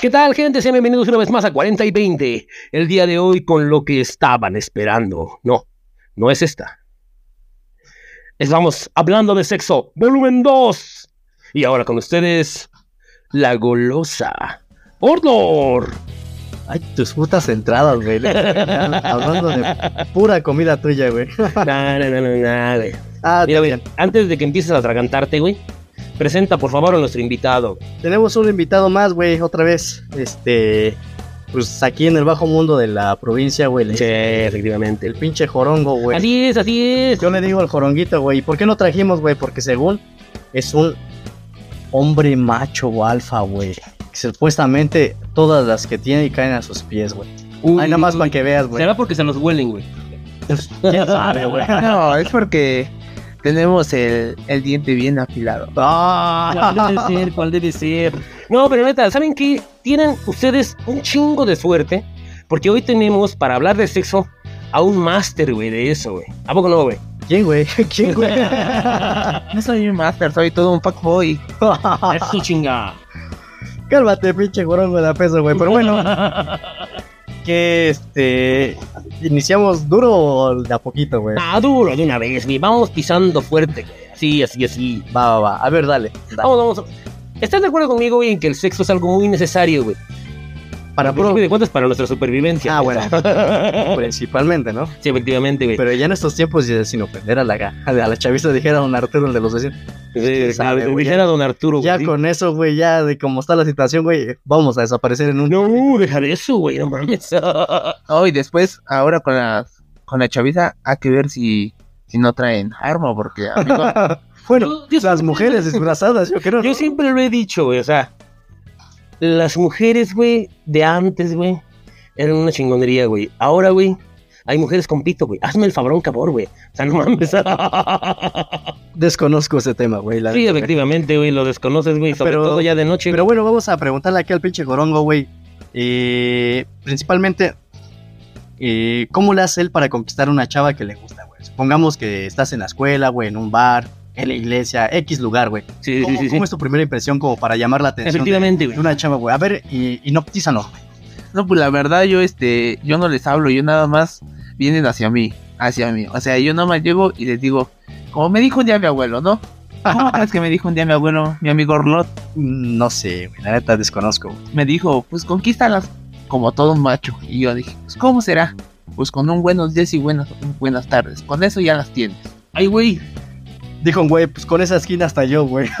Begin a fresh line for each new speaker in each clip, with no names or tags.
¿Qué tal, gente? Sean bienvenidos una vez más a 40 y 20. El día de hoy con lo que estaban esperando. No, no es esta. Estamos hablando de sexo, volumen 2. Y ahora con ustedes, la golosa. ¡Ordor!
Ay, tus putas entradas, güey. Hablando de pura comida tuya, güey.
Nah, nah, nah, nah, nah, güey.
Ah,
Mira,
bien.
mira, antes de que empieces a atragantarte, güey, presenta por favor a nuestro invitado.
Tenemos un invitado más, güey, otra vez. Este. Pues aquí en el bajo mundo de la provincia, güey. le-
Sí, efectivamente.
El pinche jorongo, güey.
Así es, así es.
Yo le digo al joronguito, güey. ¿y ¿Por qué no trajimos, güey? Porque según es un hombre macho o alfa, güey. Supuestamente todas las que tiene caen a sus pies, güey.
Uy,
Ay, nada más para que veas, güey.
Será porque se nos huelen, güey.
¿Quién sabe, güey?
No, es porque tenemos el, el diente bien afilado.
Ah.
¿Cuál debe ser? ¿Cuál debe ser? No, pero neta, ¿saben qué? Tienen ustedes un chingo de suerte. Porque hoy tenemos, para hablar de sexo, a un máster, güey, de eso, güey. ¿A poco no, güey?
¿Quién, güey? ¿Quién, güey?
No soy un master, soy todo un fuckboy.
Es su chinga.
Cálmate, pinche gorongo de a peso, güey. Pero bueno, que este. Iniciamos duro de a poquito, güey.
Ah, duro de una vez, güey. Vamos pisando fuerte, güey. Así, así, así.
Va, va, va. A ver, dale. dale.
Vamos, vamos. ¿Estás de acuerdo conmigo, güey, en que el sexo es algo muy necesario, güey?
Para
A fin
pro.
de cuentas, para nuestra supervivencia.
Ah, bueno. Principalmente, ¿no?
Sí, efectivamente, güey.
Pero ya en estos tiempos, y sin ofender a la, ga- a la chaviza, dijera un Arturo, el de los vecinos.
Sí,
sabe,
claro,
güey.
Eh, dijera don Arturo,
Ya
güey.
con eso, güey, ya de cómo está la situación, güey, vamos a desaparecer en un.
No, dejar eso, güey, no mames.
Oh, y después, ahora con la, con la chaviza, hay que ver si, si no traen arma, porque amigo,
bueno,
Yo- yo-
las mujeres disfrazadas, yo creo. ¿no?
Yo siempre lo he dicho, güey, o sea, las mujeres, güey, de antes, güey, eran una chingonería, güey. Ahora, güey, hay mujeres con pito, güey. Hazme el fabrón cabrón, güey. O sea, no mames.
Desconozco ese tema, güey. la
sí,
neta, güey.
efectivamente, güey, lo desconoces, güey, sobre
Pero-
todo ya de noche.
Pero bueno, vamos a preguntarle aquí al pinche Gorongo, güey. Eh, principalmente, eh, ¿cómo le hace él para conquistar a una chava que le gusta, güey? Supongamos que estás en la escuela, güey, en un bar, en la iglesia, X lugar, güey.
sí, sí,
¿Cómo,
sí, sí.
cómo es tu primera impresión como para llamar la atención de,
Efectivamente,
de
güey.
una chava, güey? A ver, y, y no ptízalo.
no, pues la verdad, yo este, yo no les hablo, yo nada más vienen hacia mí, hacia mí. O sea, yo nada más llego y les digo, como me dijo un día mi abuelo, ¿no? ¿Cómo crees que me dijo un día mi abuelo, mi amigo Orlot?
Mm, No sé, güey, la neta desconozco. güey.
Me dijo, pues conquístalas como todo un macho. Y yo dije, pues ¿cómo será? Pues con un buenos días y buenas, buenas tardes. Con eso ya las tienes.
Ay, güey.
Dijo, un güey, pues con esa esquina hasta yo, güey.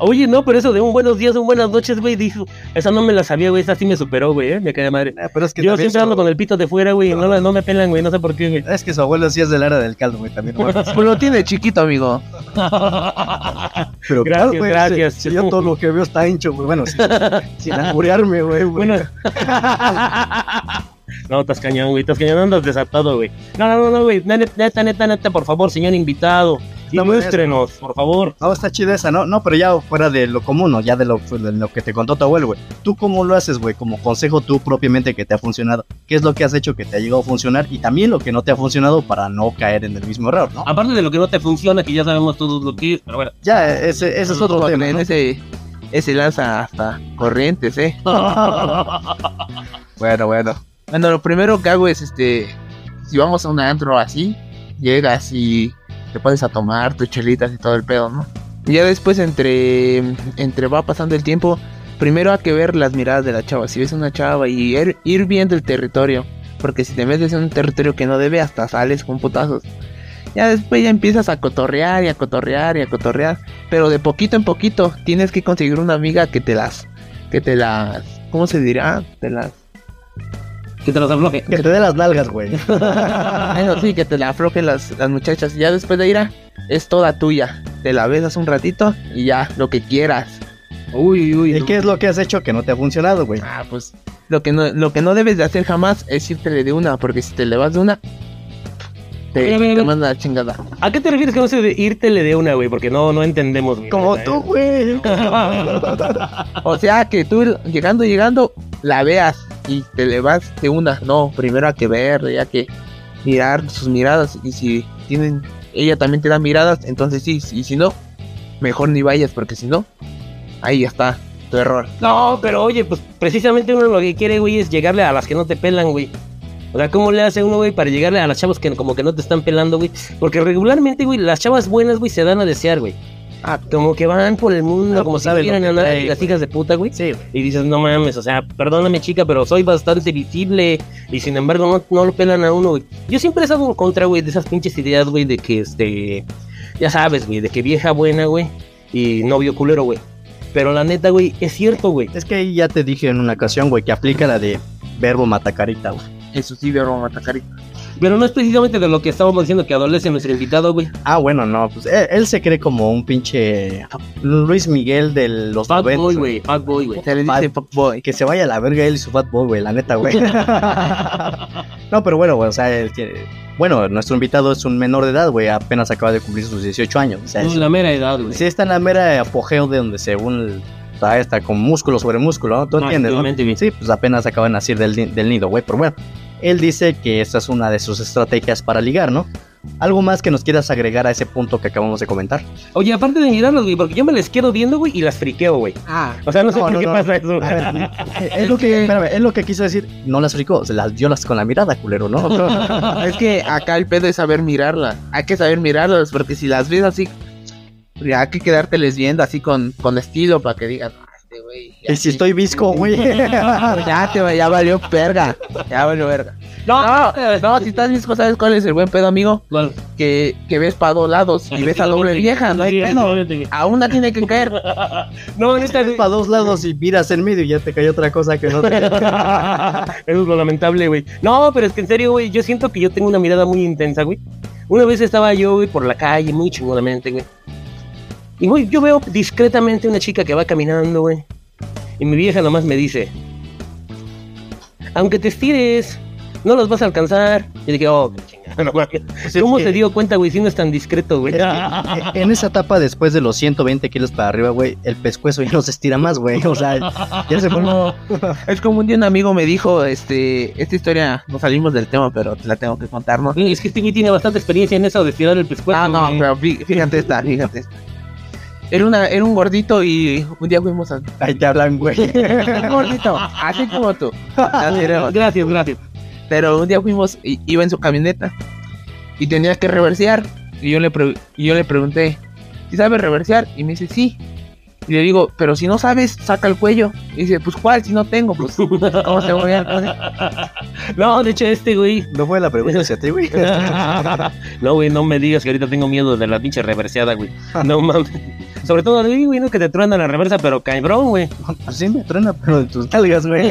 Oye, no, pero eso de un buenos días, un buenas noches, güey, dijo. Esa no me la sabía, güey, esa sí me superó, güey, eh, me cae de madre.
Eh, Pero es que
Yo
también
siempre
su-
ando con el pito de fuera, güey, no, la- no me pelan, güey, no sé por qué, güey.
Es que su abuelo sí es del área del caldo, güey, también. güey.
Pues lo tiene chiquito, amigo.
Gracias,
Pero claro, güey,
gracias.
Si, si yo todo lo que veo está hincho, güey. Bueno, sin, sin alburearme, güey. güey.
Bueno. No, estás cañón, güey, estás cañón, andas desatado, güey. No, no, no, no, güey, neta, neta, neta, neta, por favor, señor invitado,
No me des-
ilústrenos, por favor.
No, Ah, está chida esa, ¿no? No, pero ya fuera de lo común, ¿no? Ya de lo, de lo que te contó tu abuelo, güey. ¿Tú cómo lo haces, güey? Como consejo tú propiamente que te ha funcionado. ¿Qué es lo que has hecho que te ha llegado a funcionar? Y también lo que no te ha funcionado para no caer en el mismo error, ¿no?
Aparte de lo que no te funciona, que ya sabemos todos lo que es, pero bueno.
Ya, ese, ese es otro tema,
En
¿no?
ese, ese lanza hasta corrientes, eh.
Bueno, bueno.
Bueno, lo primero que hago es este. Si vamos a un antro así, llegas y te pones a tomar tus chelitas y todo el pedo, ¿no? Y ya después, entre, entre va pasando el tiempo, primero hay que ver las miradas de la chava. Si ves una chava y ir, ir viendo el territorio, porque si te metes en un territorio que no debe, hasta sales con putazos. Ya después ya empiezas a cotorrear y a cotorrear y a cotorrear, pero de poquito en poquito tienes que conseguir una amiga que te las, que te las, ¿cómo se dirá? Te las
Que te los afloje.
Que te dé las nalgas, güey.
Bueno, sí, que te la aflojen las, las muchachas. Ya después de ira, es toda tuya. Te la besas un ratito y ya, lo que quieras.
Uy, uy,
¿Y qué es lo que has hecho que no te ha funcionado, güey?
Ah, pues. Lo que no, lo que no debes de hacer jamás es irte de una, porque si te le vas de una,
A ver,
te,
a ver, a
te
ver.
manda la chingada.
¿A qué te refieres con eso de írtele de una, güey? Porque no, no entendemos, güey.
Como
neta,
tú,
eh.
güey.
O sea que tú llegando, llegando, la veas y te le vas de una. No, primero hay que ver, ya que mirar sus miradas. Y si tienen, ella también te da miradas, entonces sí, y si no, mejor ni vayas, porque si no, ahí ya está. tu error.
No, pero oye, pues precisamente uno lo que quiere, güey, es llegarle a las que no te pelan, güey. O sea, ¿cómo le hace uno, güey, para llegarle a las chavas que como que no te están pelando, güey? Porque regularmente, güey, las chavas buenas, güey, se dan a desear, güey.
Ah,
Como que van por el mundo,
Ah,
como
pues
si
sabe lo
vieran
que
a nadie,
trae,
las
güey.
hijas de puta, güey.
Sí, güey.
Y dices, no mames, o sea, perdóname chica, pero soy bastante visible y sin embargo no, no lo pelan a uno, güey. Yo siempre he estado en contra, güey, de esas pinches ideas, güey, de que este, ya sabes, güey, de que vieja buena, güey, y novio culero, güey. Pero la neta, güey, es cierto, güey.
Es que ahí ya te dije en una ocasión, güey, que aplica la de verbo matacarita, güey.
eso sí, vieron Matacari.
Pero no es precisamente de lo que estábamos diciendo que adolece nuestro invitado, güey.
Ah, bueno, no, pues él, él se cree como un pinche Luis Miguel de los
Fat
noventas,
boy, güey, fat boy, güey.
Se le dice Popboy.
Que se vaya a la verga él y su fat boy, güey, la neta, güey. no, pero bueno, güey, o sea, él tiene- Bueno, nuestro invitado es un menor de edad, güey, apenas acaba de cumplir sus 18 años. O sea, es-
No, La mera edad, güey.
sí está en la mera apogeo de donde según... el- o sea, está con músculo sobre músculo, ¿no? Tú entiendes, ¿no?
Ah, Efectivamente, güey.
Sí, pues apenas acaba de nacer del, ni- del nido, güey, pero bueno. Él dice que esa es una de sus estrategias para ligar, ¿no? ¿Algo más que nos quieras agregar a ese punto que acabamos de comentar?
Oye, aparte de mirarlos, güey, porque yo me les quedo viendo, güey, y las friqueo, güey.
Ah,
O sea, no sé
No,
por
no,
qué
no.
pasa eso.
A ver, es lo que, espérame, es lo que quiso decir. No las fricó, se las violas con la mirada, culero, ¿no?
es que acá el pedo es saber mirarla. Hay que saber mirarlas, porque si las ves así, hay que quedárteles viendo así con, con estilo para que digas, "Ah, este güey. ya
y si
sí".
estoy visco, güey.
Ya te ya valió verga. Ya valió verga. No, no, si estás visco, ¿sabes cuál es el buen pedo, amigo?
Bueno,
Que, que ves para dos lados y ves a doble vieja, no hay pedo. A una tiene que caer.
No, neta, güey.
Para dos lados y miras en medio y ya te cayó otra cosa que no te...
Eso es lo lamentable, güey. No, pero es que en serio, güey, yo siento que yo tengo una mirada muy intensa, güey. Una vez estaba yo, güey, por la calle, muy chingonamente, güey. Y, güey, yo veo discretamente una chica que va caminando, güey. Y mi vieja nomás me dice, aunque te estires, no los vas a alcanzar. Y dije, oh, chingada, no mames.
es
¿Cómo
que-
se dio cuenta, güey, si no Pues es tan discreto, güey?
Es que en esa etapa, después de los 120 kilos para arriba, güey, el pescuezo ya no se estira más, güey. O sea, ya se forma
Es como un día un amigo me dijo, este, esta historia, nos salimos del tema, pero te la tengo que contar, ¿no?
Es que este güey tiene bastante experiencia en eso de estirar el pescuezo.
Ah, no,
güey.
pero fí- fíjate esta, fíjate esta. Era, una, era un gordito y un día fuimos a...
Ahí te hablan, güey.
Un gordito, así como tú. Así era.
Gracias, gracias.
Pero un día fuimos, y, iba en su camioneta y tenía que reversear. Y yo le, pre- y yo le pregunté, ¿sí sabes reversear? Y me dice, sí. Y le digo, pero si no sabes, saca el cuello. Y dice, pues cuál, si no tengo, pues cómo te voy a... cómo te-
No, de hecho, este güey.
No fue la pregunta hacia ti, güey.
No, güey, no me digas que ahorita tengo miedo de la pinche reverseada, güey. No mames. Sobre todo de mí, güey, no que te truena la reversa, pero cabrón, güey.
Pues sí, me truena, pero de tus nalgas, güey.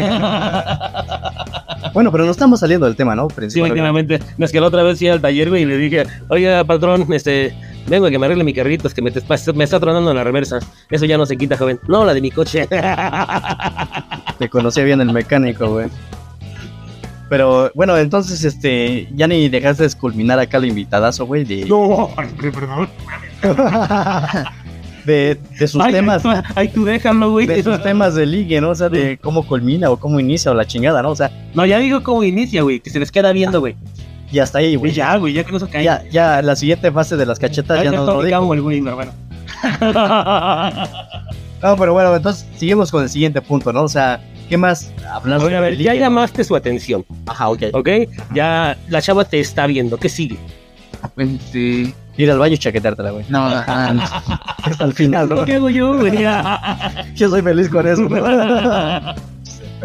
Bueno, pero no estamos saliendo del tema, ¿no?
Sí,
Principal-
últimamente. No es que la otra vez fui al taller, güey, y le dije, oiga, patrón, este. Vengo a que me arregle mi carrito, es que me, te- me está tronando la reversa. Eso ya no se quita, joven. No, la de mi coche.
Te conocía bien el mecánico, güey. Pero bueno, entonces, este, ya ni dejaste de culminar acá el invitadazo, güey, de,
No, perdón.
de, de sus temas,
Ay, tú déjalo, güey.
de sus temas de ligue, ¿no? O sea, de cómo culmina o cómo inicia o la chingada, ¿no? O sea,
No, ya digo cómo inicia, güey, que se les queda viendo, güey.
y hasta
Y
ahí, Ah, güey.
ya, güey, ya que no se cae.
Ya, ya, la siguiente fase de las cachetas
Ay,
ya
ya
nos
está
lo dijo.
ubicado el güey, no, bueno.
No, pero bueno, entonces, seguimos con el siguiente punto, ¿no? O sea, ¿qué más hablas?
Bueno, a ver, ya llamaste su atención,
Ajá, ok.
¿ok? Ya la chava te está viendo, ¿qué sigue?
Este,
Ir al baño y chaquetártela, güey.
no, ajá, no.
Hasta el final, ¿no?
¿Qué hago yo, güey?
Yo soy feliz con eso, güey.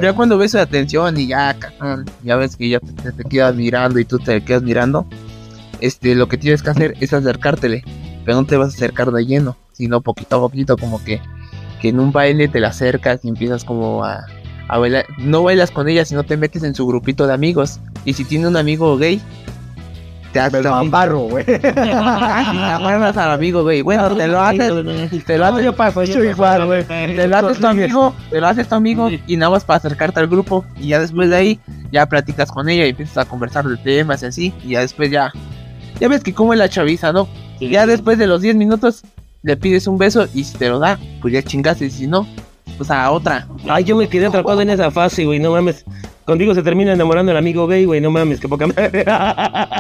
Ya cuando ves su atención y ya, cabrón, ya ves que ya te, te- te quedas mirando y tú te quedas mirando, este, lo que tienes que hacer es acercártele, pero no te vas a acercar de lleno, sino poquito a poquito, como que, que en un baile te la acercas y empiezas como a, a bailar. No bailas con ella, sino te metes en su grupito de amigos. Y si tiene un amigo gay, te,
Me lo
te
ambarro, güey.
agarras al amigo gay. Bueno, te lo haces, te lo haces,
yo paso, yo igual, güey.
te lo haces tu amigo, te lo haces tu amigo y nada más para acercarte al grupo y ya después de ahí ya platicas con ella y empiezas a conversar de temas y así y ya después ya ya ves que como es la chaviza, ¿no? Ya después de los 10 minutos le pides un beso y si te lo da, pues ya chingaste y si no, pues a otra.
Ay, yo me quedé atrapado en esa fase, güey, no mames. Contigo se termina enamorando el amigo gay, güey, no mames, que poca madre.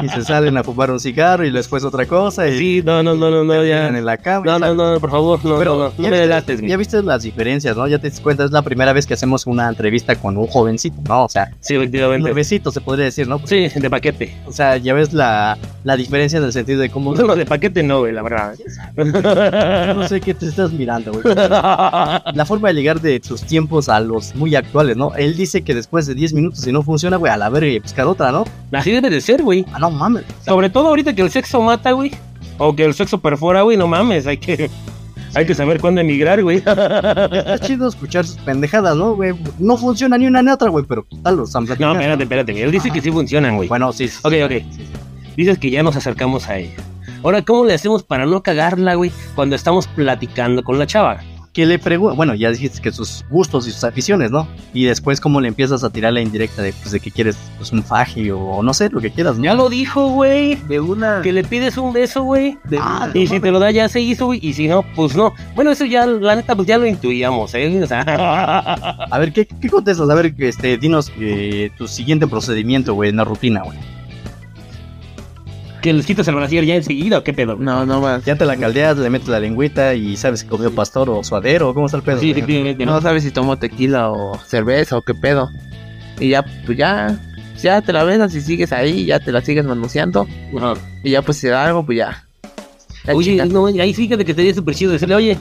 Y se salen a fumar un cigarro y después otra cosa. Y
sí, no, no, no, no, no, ya.
terminan en la cama.
No, no, no, por favor, no,
Pero
no, no, no
ya
me
viste-
delates, güey.
Ya viste las diferencias, ¿no? Ya te das cuenta, es la primera vez que hacemos una entrevista con un jovencito, ¿no? O sea,
Sí, efectivamente.
nuevecito se podría decir, ¿no? Pues,
Sí, de paquete.
O sea, ya ves la, la diferencia en el sentido de cómo...
No, no, de paquete no, güey, la verdad.
No sé qué te estás mirando, güey. La forma de ligar de sus tiempos a los muy actuales, ¿no? Él dice que después de 10 minutos, si no funciona, güey, a la verga y buscar otra, ¿no?
Así debe de ser, güey.
Ah, no mames.
Sobre todo ahorita que el sexo mata, güey. O que el sexo perfora, güey, no mames, hay que... Hay que saber cuándo emigrar, güey.
Está chido escuchar sus pendejadas, ¿no, güey? No funciona ni una ni otra, güey, pero tal los han
No,
platicado.
espérate, espérate, güey. Él dice que sí funcionan, güey.
Bueno, sí, sí.
Ok, ok. Dices que ya nos acercamos a ella. Ahora, ¿cómo le hacemos para no cagarla, güey, cuando estamos platicando con la chava?
que le pregunta, bueno, ya dijiste que sus gustos y sus aficiones, ¿no? Y después cómo le empiezas a tirar la indirecta de, pues, de que quieres pues, un faje o no sé, lo que quieras,
Ya
¿no?
lo dijo, güey.
De una.
Que le pides un beso, güey.
de-
Ah,
Y si te lo da, ya se hizo, güey. Y si no, pues no. Bueno, eso ya, la neta, pues ya lo intuíamos, ¿eh? O sea,
A ver, ¿qué, qué contestas? A ver, que, este, dinos eh, tu siguiente procedimiento, güey, en la rutina, güey.
que les quitas el brasier ya enseguida, ¿o qué pedo? güey?
No, no más.
Ya te la caldeas, le metes la lengüita y sabes que comió pastor o suadero, ¿cómo está el pedo?
sí,
güey?
efectivamente, ¿no?
No sabes si tomó tequila o cerveza o qué pedo. Y ya, pues ya. Ya te la besas y sigues ahí, ya te la sigues manuseando.
Ajá.
Y ya, pues si da algo, pues ya. Ya
Oye,
chingas.
no, ahí fíjate que sería súper chido decirle, oye,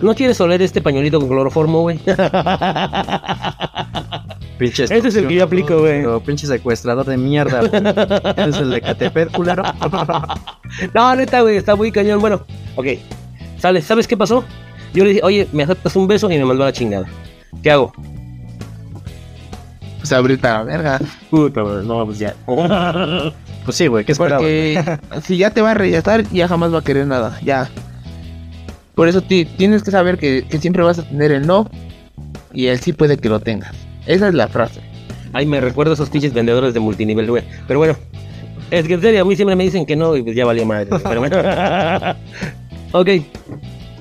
¿no quieres oler este pañuelito con cloroformo, güey?
Pinche
Ese es el que yo aplico, güey.
Pero pinche secuestrador de mierda, güey. es el de Catepec, culero.
No, neta, güey, está muy cañón. Bueno, ok. Sale, ¿sabes qué pasó? Yo le dije, oye, me aceptas un beso y me mandó a la chingada. ¿Qué hago?
Pues abrirte a la verga.
Puta, güey, no, pues ya.
Pues sí, güey, ¿qué esperaba?
Porque si ya te va a rechazar, ya jamás va a querer nada. Ya. Por eso ti- tienes que saber que, que siempre vas a tener el no. Y el sí puede que lo tengas. Esa es la frase.
Ay, me recuerdo a esos pinches vendedores de multinivel, güey. Pero bueno, es que en serio, a mí siempre me dicen que no y pues ya valió madre. güey, Pero bueno. ok.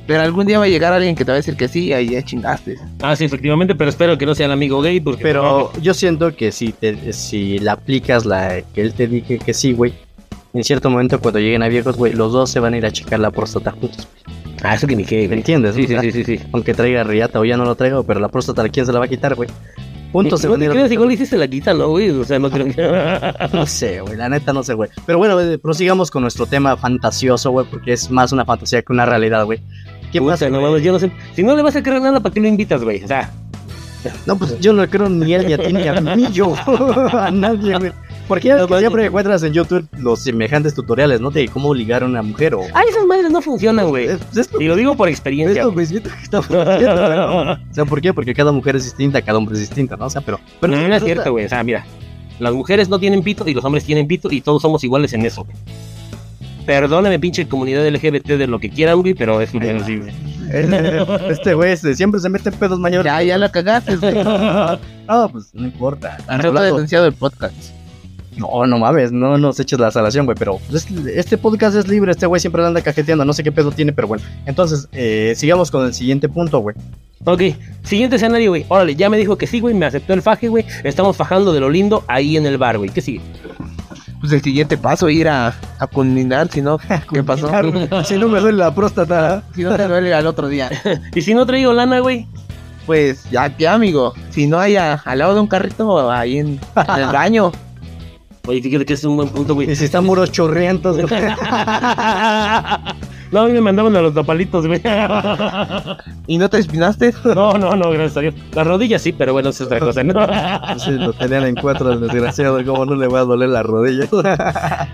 Pero algún día va a llegar alguien que te va a decir que sí y ahí ya chingaste.
Ah, sí, efectivamente, pero espero que no sea el amigo gay porque...
Pero yo siento que si te, si le aplicas la que él te dije que sí, güey, en cierto momento cuando lleguen a viejos, güey, los dos se van a ir a checar la próstata juntos.
Ah, eso que ni qué,
¿Me
güey.
entiendes?
Sí,
no?
sí, sí, sí, sí.
Aunque traiga riata o ya no lo traigo, pero la próstata, ¿quién se la va a quitar, güey? Juntos se
no
van a
te
ir a-
creas, igual hiciste la quita, ¿no, güey? O sea, no creo que...
No sé, güey, la neta no sé, güey. Pero bueno, güey, prosigamos con nuestro tema fantasioso, güey, porque es más una fantasía que una realidad, güey. ¿Qué
Puta,
pasa?
no
güey?
mames, yo no sé. Si no le vas a creer nada, ¿para qué lo invitas, güey? O sea,
No, pues yo no le creo ni a él, ni a ti, ni a mí, yo. a nadie, güey. Porque ya ves
No
que
manches.
siempre encuentras en YouTube los semejantes tutoriales, ¿no? De cómo ligar a una mujer o... pues,
ah, eh, esas madres no funcionan, güey.
Es- es-
Y lo digo por experiencia.
Esto, güey, siento que está funcionando, ¿no? O sea, ¿por qué? Porque cada mujer es distinta, cada hombre es distinta, ¿no? O sea, pero... pero
Pero no, no es cierto, güey. O sea, mira, las mujeres no tienen pito y los hombres tienen pito y todos somos iguales en eso. güey. Perdóname, pinche comunidad LGBT de lo que quieran, güey, pero es imposible.
Este güey este, siempre se mete en pedos mayores.
Ya, ya la cagaste. güey.
No, pues no importa.
Ah,
Han roto denunciado el podcast.
No, no mames, no nos eches la salación, güey, pero es- este podcast es libre, este güey siempre anda cajeteando, no sé qué pedo tiene, pero bueno. Entonces, eh, sigamos con el siguiente punto, güey.
Ok, siguiente escenario, güey. Órale, ya me dijo que sí, güey, me aceptó el faje, güey. Estamos fajando de lo lindo ahí en el bar, güey. ¿Qué sigue?
Pues el siguiente paso, ir a, a culminar, si no, ¿qué pasó?
si no me duele la próstata,
Si no te duele al otro día.
Y si no traigo lana, güey,
Pues ya, ¿qué amigo? Si no hay a- al lado de un carrito, ahí en, en el baño.
oye, fíjate que es un buen punto, güey.
y si están muros chorrientos, güey.
No, a mí me mandaban a los tapalitos, güey.
¿Y no te espinaste?
No, no, no, gracias a Dios. Las rodillas sí, pero bueno, es otra cosa, ¿no?
Sí, lo tenían en cuatro, el desgraciado, cómo no le va a doler la rodilla.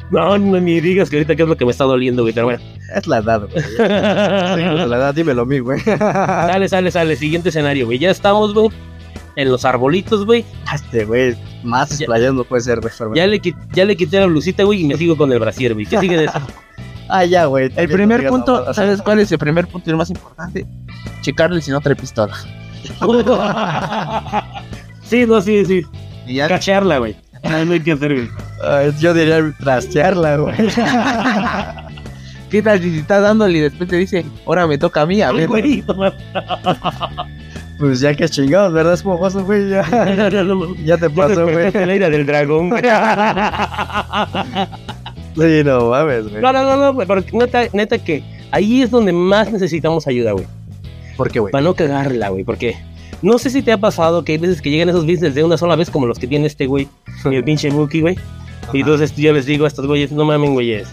No, no, ni digas que ahorita qué es lo que me está doliendo, güey, pero bueno.
es la edad, güey. Es la edad, dímelo a mí, güey.
Sale, sale, sale. Siguiente escenario, güey. Ya estamos, güey. En los arbolitos, güey.
Este güey, más explayando puede ser, güey. pero bueno.
Ya le, qui- ya le quité la blusita, güey, y me sigo con el brasier, güey. ¿Qué sigue de eso?
Ah, ya, güey.
El
también no
primer
digas
punto,
mamadas.
¿sabes cuál es el primer punto y el más importante? Checarle si no trae pistola.
Sí, no, sí, sí.
Y ya,
Cacharla, güey. Ay, No hay que hacer, güey.
Ay, yo diría trastearla, güey.
¿qué tal si está dándole y después te dice, ahora me toca a mí? A
Ay,
ver,
güey, no mames.
Pues ya que chingados, ¿verdad? Es esponjoso, güey. Ya,
Ya
ya te pasó, güey.
despertaste la ira del dragón. güey.
Sí, no mames, güey.
No, no, no, no, güey, pero neta, neta que ahí es donde más necesitamos ayuda, güey.
¿Por qué, güey?
Para no cagarla, güey, porque no sé si te ha pasado que hay veces que llegan esos business de una sola vez, como los que tiene este güey, el pinche Buki, güey. Y entonces yo les digo a estos güeyes, no mamen, güeyes.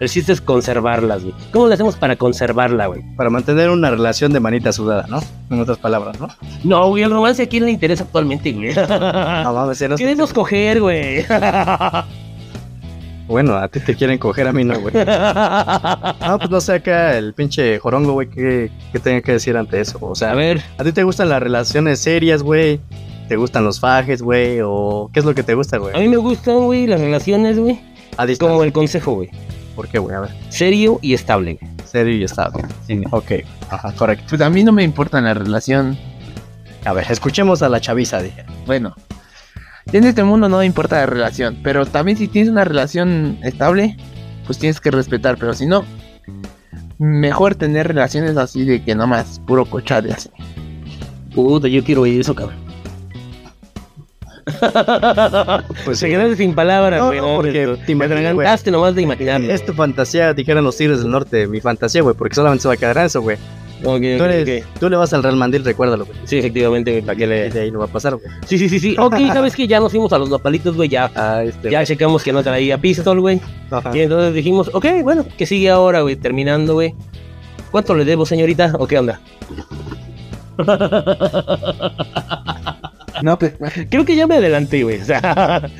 El chiste es conservarlas, güey. ¿Cómo le hacemos para conservarla, güey?
Para mantener una relación de manita sudada, ¿no? En otras palabras, ¿no?
No, güey, el romance a quién le interesa actualmente, güey.
Ah.
No mames, eras-
Queremos coger, güey.
Bueno, a ti te quieren coger, a mí no, güey.
a
Ah, pues no sé acá el pinche jorongo, güey, que, tenga que decir ante eso. O sea, a ver,
ver,
¿a ti te gustan las relaciones serias, güey? ¿Te gustan los fajes, güey? ¿O qué es lo que te gusta,
a
güey?
mí me gustan, güey, las relaciones, güey.
A distancia.
Como el consejo, güey.
¿Por qué, güey? A ver,
Serio y estable. güey.
serio y estable. Ok, ajá, correcto.
Pues a mí no me importa la relación.
A ver, escuchemos a la chaviza, dije.
Bueno, en este mundo no importa la relación, pero también si tienes una relación estable, pues tienes que respetar, pero si no, mejor tener relaciones así de que nada más puro cochade así.
Puta, yo quiero oír eso, cabrón.
Pues
Se quedaste sin palabras,
No,
güey.
no,
hombre,
porque
tú.
te
Me
imaginas, güey.
atragantaste nomás de imaginar.
Es tu fantasía, dijeron los Tigres del Norte, mi fantasía, güey, porque solamente se va a quedar eso, güey.
Ok, ok,
Tú, eres-
ok.
tú le vas al Real Madrid, recuérdalo, güey.
Sí, efectivamente, güey, para que
Y
le.
de ahí no va a pasar, güey.
Sí, sí, sí, sí. Ok, sabes que ya nos fuimos a los nopalitos, güey, ya.
Ah, este.
Ya checamos que no traía pistol, güey.
ajá.
Y entonces dijimos, ok, bueno, ¿qué sigue ahora, güey? Terminando, güey. ¿Cuánto le debo, señorita? ¿O qué onda?
No, pues
Creo que ya me adelanté, güey. O sea,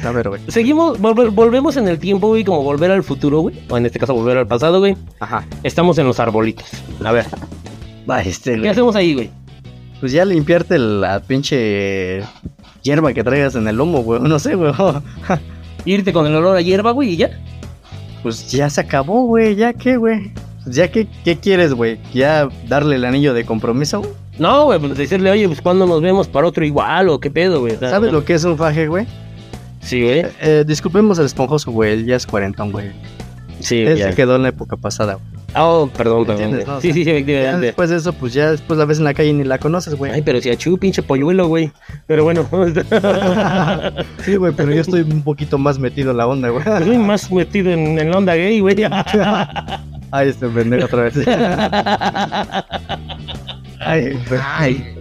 A ver, güey.
seguimos, volve- volvemos en el tiempo, güey, como volver al futuro, güey. O en este caso, volver al pasado, güey.
Ajá.
Estamos en los arbolitos.
A ver. Va, este,
¿Qué
güey.
hacemos ahí, güey?
Pues ya limpiarte la pinche hierba que traigas en el lomo, güey. No sé, güey.
Irte con el olor a hierba, güey, y ya.
Pues ya se acabó, güey. ¿Ya qué, güey? Pues ya qué, qué quieres, güey. ¿Ya darle el anillo de compromiso? güey?
No, güey, pues decirle, oye, pues cuando nos vemos para otro igual o qué pedo, güey. O sea,
¿Sabes lo que es un faje, güey?
Sí, güey.
Eh, eh, disculpemos al esponjoso, güey. Él ya es cuarentón, güey.
Sí,
Él
ya.
se quedó en la época pasada, güey.
Ah, oh, perdón, perdón.
¿Entiendes,
güey.
no? O
Sí,
sea,
sí, sí,
Ya
efectivamente.
después de eso, pues ya después la ves en la calle y ni la conoces, güey.
Ay, pero si a Chu, pinche polluelo, güey. Pero bueno,
Sí, güey, pero yo estoy un poquito más metido en la onda, güey.
estoy más metido en, en la onda gay, güey. Ah,
Ay, este pendejo otra vez. Ay, güey.
ay,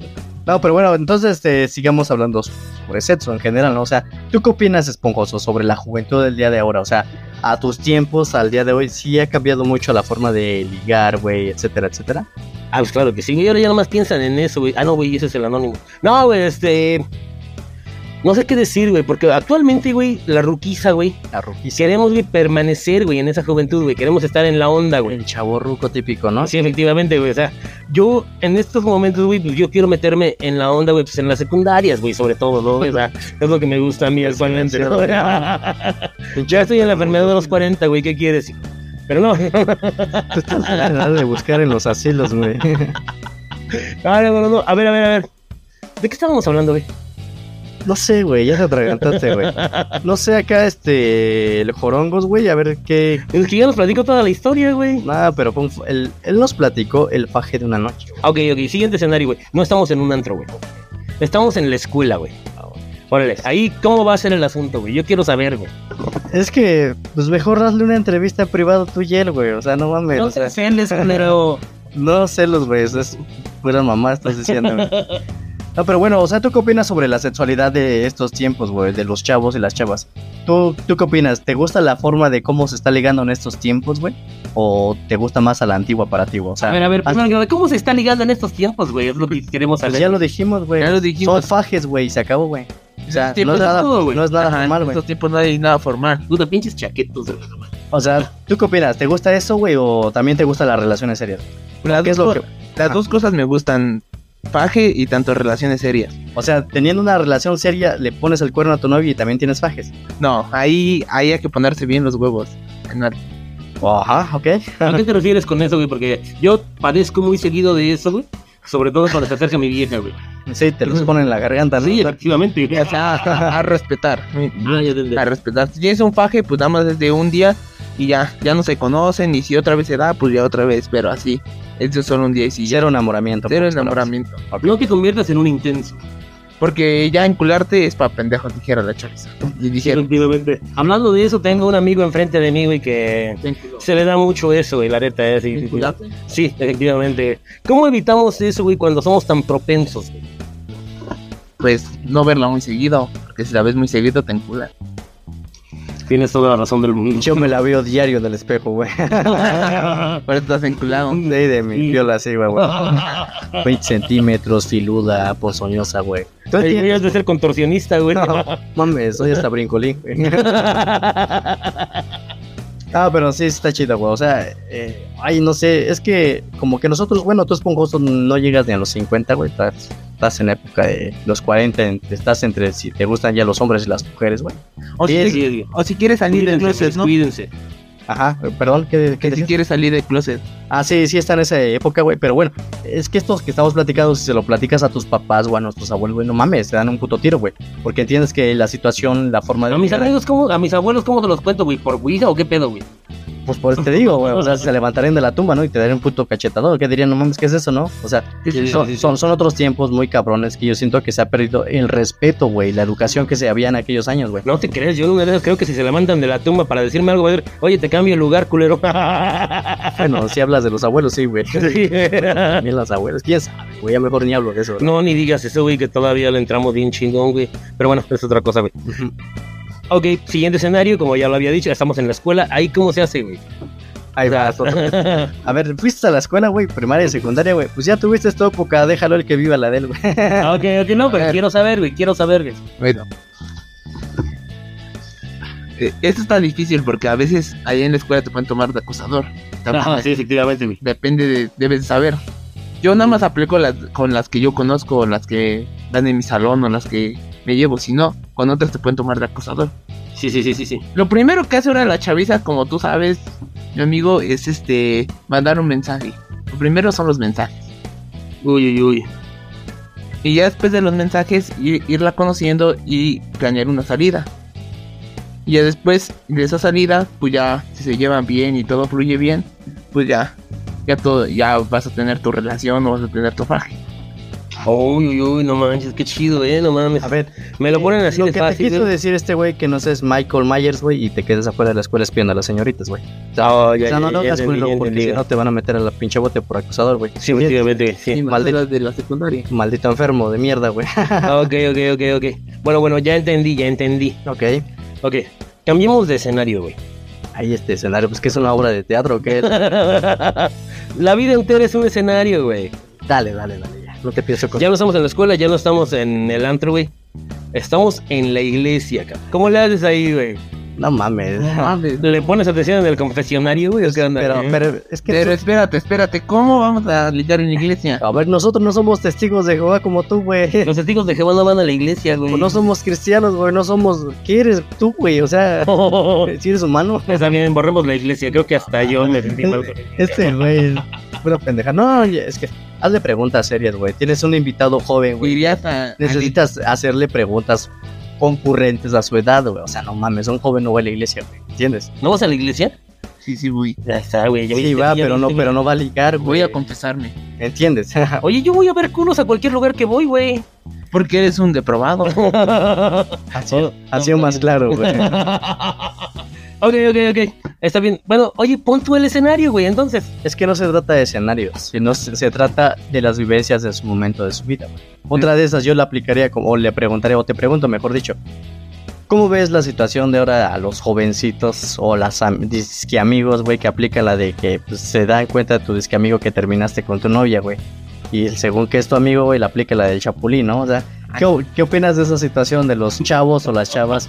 No, pero bueno, entonces este, sigamos hablando sobre sexo en general, ¿no? O sea, ¿tú qué opinas, Esponjoso, sobre la juventud del día de ahora? O sea, a tus tiempos, al día de hoy, sí ha cambiado mucho la forma de ligar, güey, etcétera, etcétera.
Ah, pues claro que sí. Y ahora ya nomás piensan en eso, güey. Ah, no, güey, ese es el anónimo. No, güey, este. No sé qué decir, güey, porque actualmente, güey, la ruquiza, güey.
La ruquiza.
Queremos, güey, permanecer, güey, en esa juventud, güey. Queremos estar en la onda, güey.
El chaborruco típico, ¿no?
Sí, efectivamente, güey. O sea, yo en estos momentos, güey, pues yo quiero meterme en la onda, güey, pues en las secundarias, güey, sobre todo, ¿no? O sea, es lo que me gusta a mí actualmente, ¿no? Ya estoy en la enfermedad de los 40, güey, ¿qué quieres? Pero no,
Tú estás a la edad de buscar en los asilos, güey.
no, no, no, no. A ver, a ver, a ver. ¿De qué estábamos hablando, güey?
No sé, güey, ya te atragantaste, güey. No sé, acá, este, el Jorongos, güey, a ver qué...
Es que ya nos platico toda la historia, güey.
Nada, pero fue un fa- él, él nos platicó el faje de una noche, güey.
Ah, Ok, ok, siguiente escenario, güey. No estamos en un antro, güey. Estamos en la escuela, güey. Órale, ahí, ¿cómo va a ser el asunto, güey? Yo quiero saber, güey.
Es que, pues mejor hazle una entrevista privada tú y él, güey. O sea, no mames. o sea,
celes, pero...
no celos, güey. eso Es pura mamá, estás diciendo. güey. No, pero bueno, o sea, ¿tú qué opinas sobre la sexualidad de estos tiempos, güey? De los chavos y las chavas. ¿Tú, ¿Tú qué opinas? ¿Te gusta la forma de cómo se está ligando en estos tiempos, güey? ¿O te gusta más a la antigua para ti, güey? O sea,
a ver, a ver,
haz-
primero que nada, ¿cómo se está ligando en estos tiempos, güey? Es lo que queremos
pues
saber.
ya lo dijimos, güey.
ya lo
Son
dijimos.
fajes, güey. Se acabó, güey.
O sea,
Sí,
no,
pues,
es
es
nada-
todo, güey.
no es nada
ajá,
formal,
en
güey.
estos tiempos no hay nada formal.
Puta, pinches chaquetos, güey.
O sea, ¿tú qué opinas? ¿Te gusta eso, güey? ¿O también te gustan las relaciones serias?
Las,
¿Qué es
dos,
lo
co-
que...?
las
ajá.
dos cosas me gustan, paje y tanto relaciones serias.
O sea, teniendo una relación seria, le pones el cuerno a tu novia y también tienes fajes.
No, ahí, ahí hay que ponerse bien los huevos. No,
Ajá, ok.
¿A qué te refieres con eso, güey? Porque yo padezco muy seguido de eso, güey. Sobre todo cuando se acerca mi vieja, güey.
Sí, te los ponen en la garganta, ¿no?
Sí, efectivamente.
o sea, a, a respetar.
Ah, ya entendí.
A respetar. Si tienes un faje, pues nada más desde un día y ya, ya no se conocen. Y si otra vez se da, pues ya otra vez. Pero así, Eso es solo un 10 y ya.
Cero enamoramiento.
Cero
pocas palabras.
enamoramiento.
No te conviertas en un intenso.
Porque ya encularte es para pendejos, dijera la choriza. Y dijeron,
Efectivamente. Hablando de eso, tengo un amigo enfrente de mí, güey, que
"Ten cuidado".
se le da mucho eso, güey, la neta. eh, sí, sí,
¿Ten
sí.
cuidado?
Sí, efectivamente. ¿Cómo evitamos eso, güey, cuando somos tan propensos? güey?
Pues no verla muy seguido. Porque si la ves muy seguido, te encula.
Tienes toda la razón del mundo.
Yo me la veo diario del espejo, güey.
Por eso estás enculado.
De ahí de mi piola así, güey. güey. 20 centímetros, filuda, pozoñosa, güey. ¿Tú
Ey,
entiendes?
güey, has de ser contorsionista, güey.
Mames, soy hasta brincolín, güey. Ah, pero sí, sí está chido, güey. O sea, eh, ay, no sé, es que como que nosotros, bueno, tú esponjoso no llegas ni a los 50, güey. Estás, estás en la época de los 40, en- estás entre si te gustan ya los hombres y las mujeres, güey.
O si,
Sí,
te-
sí, sí.
o si quieres salir del
Cuídense,
closet, ¿no?
cuídense.
Ajá, eh, perdón, ¿qué, qué
Que si
decías?
quieres salir del closet.
Ah, sí, sí está en esa época, güey. Pero bueno, es que estos que estamos platicando, si se lo platicas a tus papás o a nuestros abuelos, güey, no mames, te dan un puto tiro, güey. Porque entiendes que la situación, la forma de.
A mis amigos, ¿cómo, a mis abuelos, ¿cómo te los cuento, güey? ¿Por Ouija o qué pedo, güey?
Pues por eso te digo, güey. O sea, se levantarían de la tumba, ¿no? Y te darían un puto cachetador. ¿Qué dirían? No mames, ¿qué es eso, no? O sea,
Sí, sí, sí,
son,
sí.
son, son otros tiempos muy cabrones que yo siento que se ha perdido el respeto, güey. La educación que se había en aquellos años, güey.
No te crees, yo una vez creo que si se levantan de la tumba para decirme algo, va a decir, oye, te cambio el lugar, culero.
Bueno, si hablas de los abuelos, sí, güey.
Sí.
También las abuelas. ¿Quién sabe, güey? Ya mejor ni hablo de eso, güey.
No, ni digas eso, güey, que todavía le entramos bien chingón, güey. Pero bueno, es otra cosa, güey.
Ujú.
Ok, siguiente escenario, como ya lo había dicho, estamos en la escuela. Ahí, ¿cómo se hace, güey?
Ahí vas, otro. A ver, fuiste a la escuela, güey, primaria y secundaria, güey. Pues ya tuviste tu época, déjalo el que viva la de él, güey.
ok, ok, no,
A
pero
ver.
quiero saber, güey, quiero saber, güey.
Bueno. Eh, esto está difícil porque a veces allá en la escuela te pueden tomar de acosador.
Ah, sí, efectivamente, güey.
Depende de, debes saber. Yo nada más aplico las, con las que yo conozco, o las que dan en mi salón o las que me llevo. Si no, con otras te pueden tomar de acosador.
Sí, sí, sí, sí, sí.
Lo primero que hace ahora la chaviza, como tú sabes, mi amigo, es este mandar un mensaje. Lo primero son los mensajes.
Uy, uy, uy.
Y ya después de los mensajes ir- irla conociendo y planear una salida. Y ya después de esa salida, pues ya si se llevan bien y todo fluye bien, pues ya, ya todo, ya vas a tener tu relación o vas a tener tu faje.
Uy, uy, uy, no manches, qué chido, eh, no mames.
A ver,
Me eh, lo ponen así
lo
de
que
fácil.
te quiso
güey.
decir este güey que no seas Michael Myers, güey, y te quedes afuera de la escuela espiando a las señoritas, güey.
Ah,
O
ya,
sea, no
ya,
lo
ya
hagas,
entendí,
culero,
ya
porque
entendí.
si no te van a meter a la pinche bote por acosador, güey.
Sí, efectivamente, sí.
Maldito.
de la secundaria.
Maldito enfermo de mierda, güey.
Ah, ok, ok, ok, ok. Bueno, bueno, ya entendí, ya entendí.
ok.
Ok, cambiemos de escenario, güey.
Ahí este escenario, pues que es una obra de teatro, ¿o ¿qué?
La vida entera es un escenario, güey.
dale, dale, dale, ya. No te pienso con...
Ya no estamos en la escuela, ya no estamos en el antro, güey. Estamos en la iglesia, cabrón. ¿Cómo le haces ahí, güey?
No mames.
Mames.
¿Le pones atención en el confesionario, güey? ¿O qué onda? eh?
Pero, pero, es que...
Pero espérate, espérate, ¿cómo vamos a lidiar en la iglesia?
A ver, nosotros no somos testigos de Jehová como tú, güey.
Los testigos de Jehová no van a la iglesia, güey.
Pues No somos cristianos, güey, no somos... ¿Qué eres tú, güey? O sea, si eres humano.
Está bien, borremos la iglesia. Creo que hasta yo me sentí mal. con-
Este, güey, es pura pendeja. No, ya, es que hazle preguntas serias, güey. Tienes un invitado joven, güey.
Irías a...
Necesitas hacerle preguntas concurrentes a su edad, güey. O sea, no mames, un joven no va a la iglesia, güey. ¿Entiendes?
¿No vas a la iglesia?
Sí, sí, voy.
Ya está, güey. ya
Sí,
viste,
va,
ya
pero no,
viste,
pero no va a ligar, güey.
Voy a confesarme.
¿Entiendes?
Oye, yo voy a ver culos a cualquier lugar que voy, güey.
Porque eres un deprobado. Ah,
Así, ha sido más claro, güey.
Ok, ok, ok. Está bien. Bueno, oye, pon tú el escenario, güey, entonces.
Es que no se trata de escenarios, sino se, se trata de las vivencias de su momento de su vida. güey. Otra de esas yo la aplicaría como, o le preguntaría, o te pregunto, mejor dicho, ¿cómo ves la situación de ahora a los jovencitos o las am- disque amigos, güey, que aplica la de que pues, se dan cuenta de tu disque amigo que terminaste con tu novia, güey? Y según que es tu amigo, güey, la aplica la del chapulín, ¿no? O sea, ¿qué, o- qué opinas de esa situación de los chavos o las chavas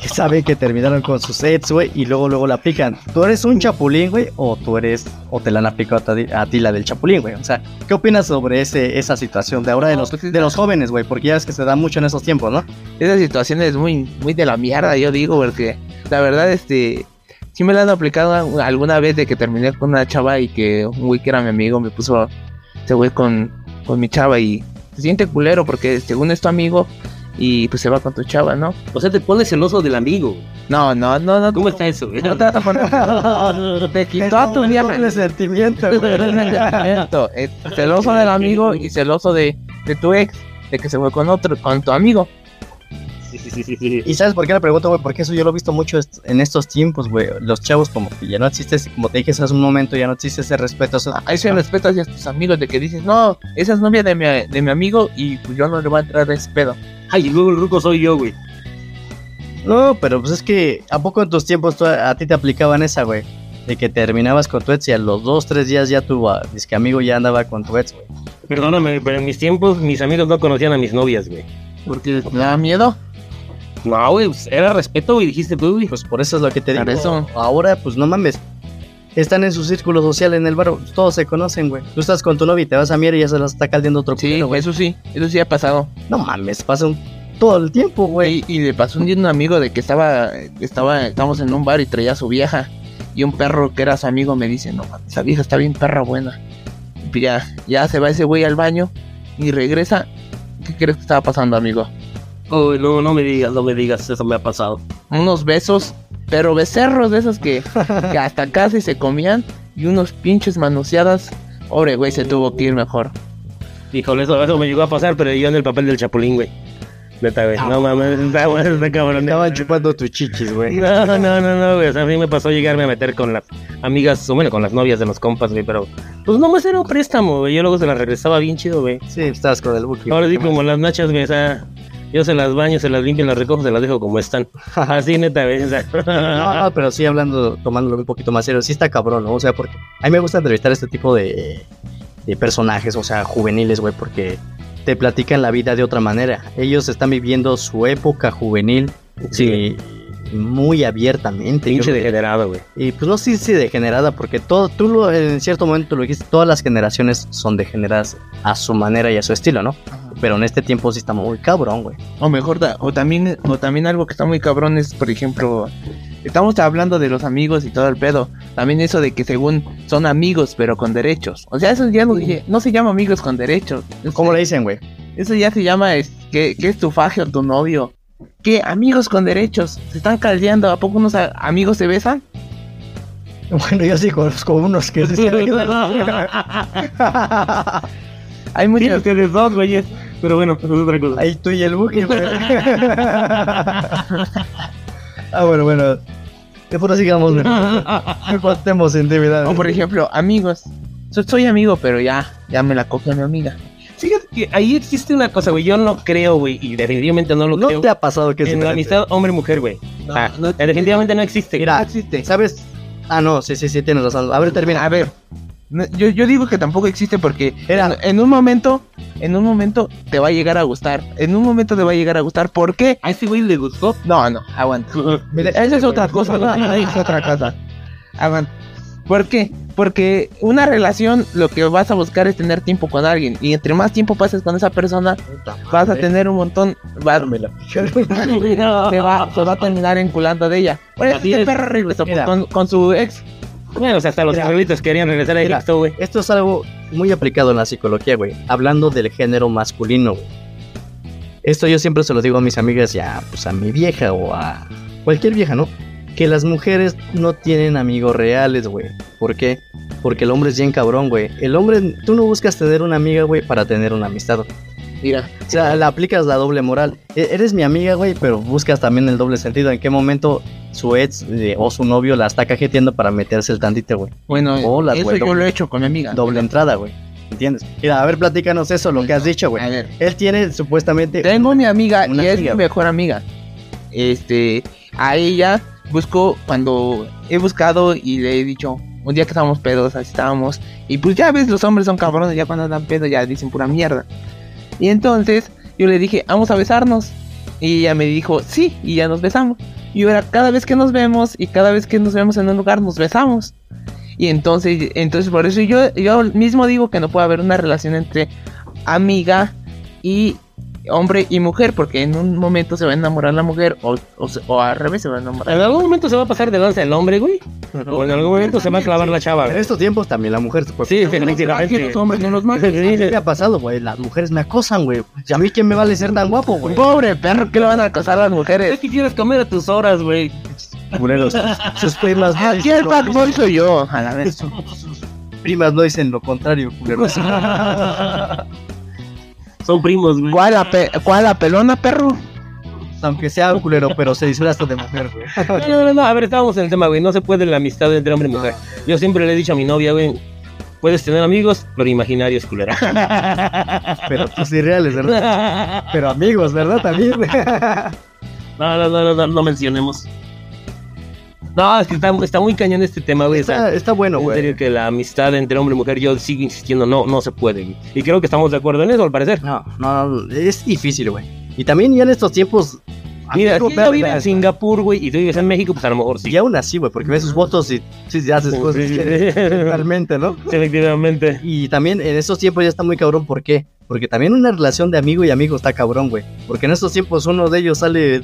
que saben que terminaron con sus sets, güey, y luego luego la aplican. ¿Tú eres un chapulín, güey, o tú eres o te la han aplicado a ti, a ti la del chapulín, güey? O sea, ¿qué opinas sobre ese esa situación de ahora de
No,
los
pues,
de los jóvenes, güey? Porque ya ves que se da mucho en esos tiempos, ¿no?
Esa situación es muy, muy de la mierda, yo digo, porque la verdad, este, sí me la han aplicado a- alguna vez de que terminé con una chava y que un güey que era mi amigo me este puso, ese güey con, con mi chava y se siente culero porque según es tu amigo y pues se va con tu chava, ¿no?
O sea, te pones celoso del amigo.
No, no, no, no.
¿Cómo está eso? güey?
No te vas a poner. Te quitó tu
mierda.
viernes.
sentimiento,
Exacto, eh, celoso del amigo y celoso de, de tu ex, de que se fue con otro, con tu amigo.
Sí, sí, sí, sí, sí.
¿Y sabes por qué la pregunto, güey? Porque eso yo lo he visto mucho est- en estos tiempos, güey. Los chavos, como que ya no existe, ese- como te dije hace un momento, ya no existe ese respeto. eso-
Ahí se respeto hacia tus amigos, de que dices, no, esa es novia de mi, de mi amigo y pues yo no le voy a entrar a ese pedo.
Ay, y luego el ruco soy yo, güey.
No, pero pues es que, ¿a poco en tus tiempos tú- a ti te aplicaban esa, güey? De que terminabas con tu ex y a los dos, tres días ya tu ah, disque amigo ya andaba con tu ex, güey.
Perdóname, pero en mis tiempos mis amigos no conocían a mis novias, güey.
Porque me da miedo.
No, güey, pues, era respeto, güey, dijiste tú, güey.
Pues por eso es lo que te digo.
Por eso.
Ahora, pues no mames. Están en su círculo social en el barrio, todos se conocen, güey. Tú estás con tu novia y te vas a mirar y ya se las está caldeando otro
Sí,
culero, güey.
eso sí, eso sí ha pasado.
No mames, pasa un- todo el tiempo, güey.
Y, y le pasó un día a un amigo de que estaba, estaba, estábamos en un bar y traía a su vieja. Y un perro que era su amigo me dice, no, mames, esa vieja está bien perra buena. Y ya, ya se va ese güey al baño y regresa. ¿Qué crees que estaba pasando, amigo?
Oh, no, no me digas, no me digas, eso me ha pasado.
unos besos, pero becerros de esos que, que hasta casi se comían y unos pinches manoseadas. Pobre güey, se tuvo que ir mejor.
Híjole, eso, eso me llegó a pasar, pero yo en el papel del chapulín, güey. Neta, güey. No mames, está, bueno, está cabrón.
Estaban chupando tus chichis, güey.
No, no, no, no, güey. O sea, a mí me pasó llegarme a meter con las amigas, o bueno, con las novias de los compas, güey, pero. Pues nomás era un préstamo, güey. Yo luego se las regresaba bien chido, güey.
Sí, estabas con el buque.
Ahora sí, como las nachas, güey, o sea, yo se las baño, se las limpio, las recojo, se las dejo como están. Así, neta, güey. o sea.
No, no, pero sí hablando, tomándolo un poquito más serio, sí está cabrón, ¿no? O sea, porque a mí me gusta entrevistar este tipo de, de personajes, o sea, juveniles, güey, porque te platican la vida de otra manera. Ellos están viviendo su época juvenil sí, muy abiertamente.
pinche
Yo-
degenerado, güey.
Y pues no sé si degenerada, porque todo, tú lo- en cierto momento lo dijiste, todas las generaciones son degeneradas a su manera y a su estilo, ¿no? Pero en este tiempo sí está muy cabrón, güey.
O mejor, da- o también, o también algo que está muy cabrón es, por ejemplo, estamos hablando de los amigos y todo el pedo. También eso de que según son amigos pero con derechos. O sea, eso ya no, no se llama amigos con derechos.
¿Cómo le dicen, güey?
Eso ya se llama es, que, que es tu faje o tu novio. ¿Qué? Amigos con derechos. Se están caldeando. ¿A poco unos a- amigos se besan?
Bueno, yo sí conozco unos que sí
Hay muchas.
ustedes dos, güeyes. Pero bueno, pues es otra cosa.
Ahí tú y el buque, güey. ah, bueno, bueno. Después sigamos, güey. No contemos intimidad.
O por ejemplo, amigos. So- soy amigo, pero ya, ya me la coge mi amiga.
Fíjate que ahí existe una cosa, güey. Yo no creo, güey, y definitivamente no lo
¿No
creo.
te ha pasado que se
en
te-
la amistad hombre-mujer, güey.
No,
Ah,
no-
definitivamente no existe.
Mira,
No existe.
¿Sabes? Ah, no, sí, sí, sí, tienes razón. A ver, termina.
A ver. no, yo, yo digo que tampoco existe porque
Era-
en, en un momento, en un momento te va a llegar a gustar. En un momento te va a llegar a gustar. ¿Por qué?
a ese güey le gustó.
No, no, aguanta. Mira, esa es otra cosa, no, ahí es otra cosa. Aguanta. ¿Por qué? Porque una relación lo que vas a buscar es tener tiempo con alguien. Y entre más tiempo pases con esa persona, vas
eh,
a tener un montón. va- te, va, te va a terminar enculando de ella. Bueno,
Así
este
es.
perro regresó
Mira.
con, con su ex.
Bueno, o sea, hasta los
Mira.
abuelitos querían regresar a
Mira.
Egipto, güey.
Esto es algo muy aplicado en la psicología, güey. Hablando del género masculino, güey. Esto yo siempre se lo digo a mis amigas y a, pues, a mi vieja o a cualquier vieja, ¿no? Que las mujeres no tienen amigos reales, güey. ¿Por qué? Porque el hombre es bien cabrón, güey. El hombre, tú no buscas tener una amiga, güey, para tener una amistad. O
Mira,
sea, la aplicas la doble moral. E- Eres mi amiga, güey, pero buscas también el doble sentido. ¿En qué momento su ex eh, o su novio la está cajeteando para meterse el tantito, güey?
bueno,
Hola,
eso
güey,
yo
doble-
lo he hecho con mi amiga.
doble entrada, güey. ¿Entiendes? Mira, a ver, platícanos eso, lo que has dicho,
A
güey.
ver,
Él tiene supuestamente.
tengo mi amiga
Una
y es
amiga.
mi mejor amiga. Este, a ella busco cuando he buscado y le he dicho, un día que estábamos pedos, así estábamos, y pues ya ves, los hombres son cabrones, ya cuando andan pedos ya dicen pura mierda. Y entonces yo le dije, vamos a besarnos. Y ella me dijo, sí, y ya nos besamos. Y ahora cada vez que nos vemos y cada vez que nos vemos en un lugar nos besamos. Y entonces, entonces por eso yo, yo mismo digo que no puede haber una relación entre amiga y hombre y mujer, porque en un momento se va a enamorar la mujer o, o se- o al revés se va a enamorar.
En algún momento se va a pasar de danza el hombre, güey. O en algún momento se va a clavar la chava.
En estos tiempos también la mujer se puede.
Sí,
Que
efectivamente.
los hombres no los matan.
¿Qué ha pasado, güey? Las mujeres me acosan, güey. ¿Y a mí quién me vale ser tan guapo, güey?
Pobre perro, ¿qué le van a acosar a las
¿Qué
mujeres?
quisieras comer a tus horas, güey?
Culeros. Sus primas. no
Aquí
dicen
el
lo-
fuckboy soy yo, a la vez.
primas no dicen lo contrario, culeros.
Son primos, güey.
¿Cuál la, pe- cuál la pelona, perro?
Aunque sea culero, pero se disfraza de mujer, güey.
No, no, no, no, a ver, estábamos en el tema, güey. No se puede la amistad entre hombre y mujer. Yo siempre le he dicho a mi novia, güey, puedes tener amigos, pero imaginarios, culera.
Pero tus irreales, ¿verdad?
no,
Pero amigos, ¿verdad? También.
no, no, no, no, no mencionemos. No, es que está, está muy cañón este tema, güey. o sea,
está, está bueno,
en
güey.
serio que la amistad entre hombre y mujer, yo sigo insistiendo, no, no se puede. güey. Y creo que estamos de acuerdo en eso, al parecer.
No, no, no, es difícil, güey. Y también ya en estos tiempos.
Mira,
amigo,
si
ve-
yo vivo
ve-
en Singapur, güey, y tú vives en México, pues a lo mejor sí.
Y aún así, güey, porque ves sus votos y sí, ya haces cosas que- totalmente, ¿no?
Efectivamente.
Y también en estos tiempos ya está muy cabrón, ¿por qué? Porque también una relación de amigo y amigo está cabrón, güey. Porque en estos tiempos uno de ellos sale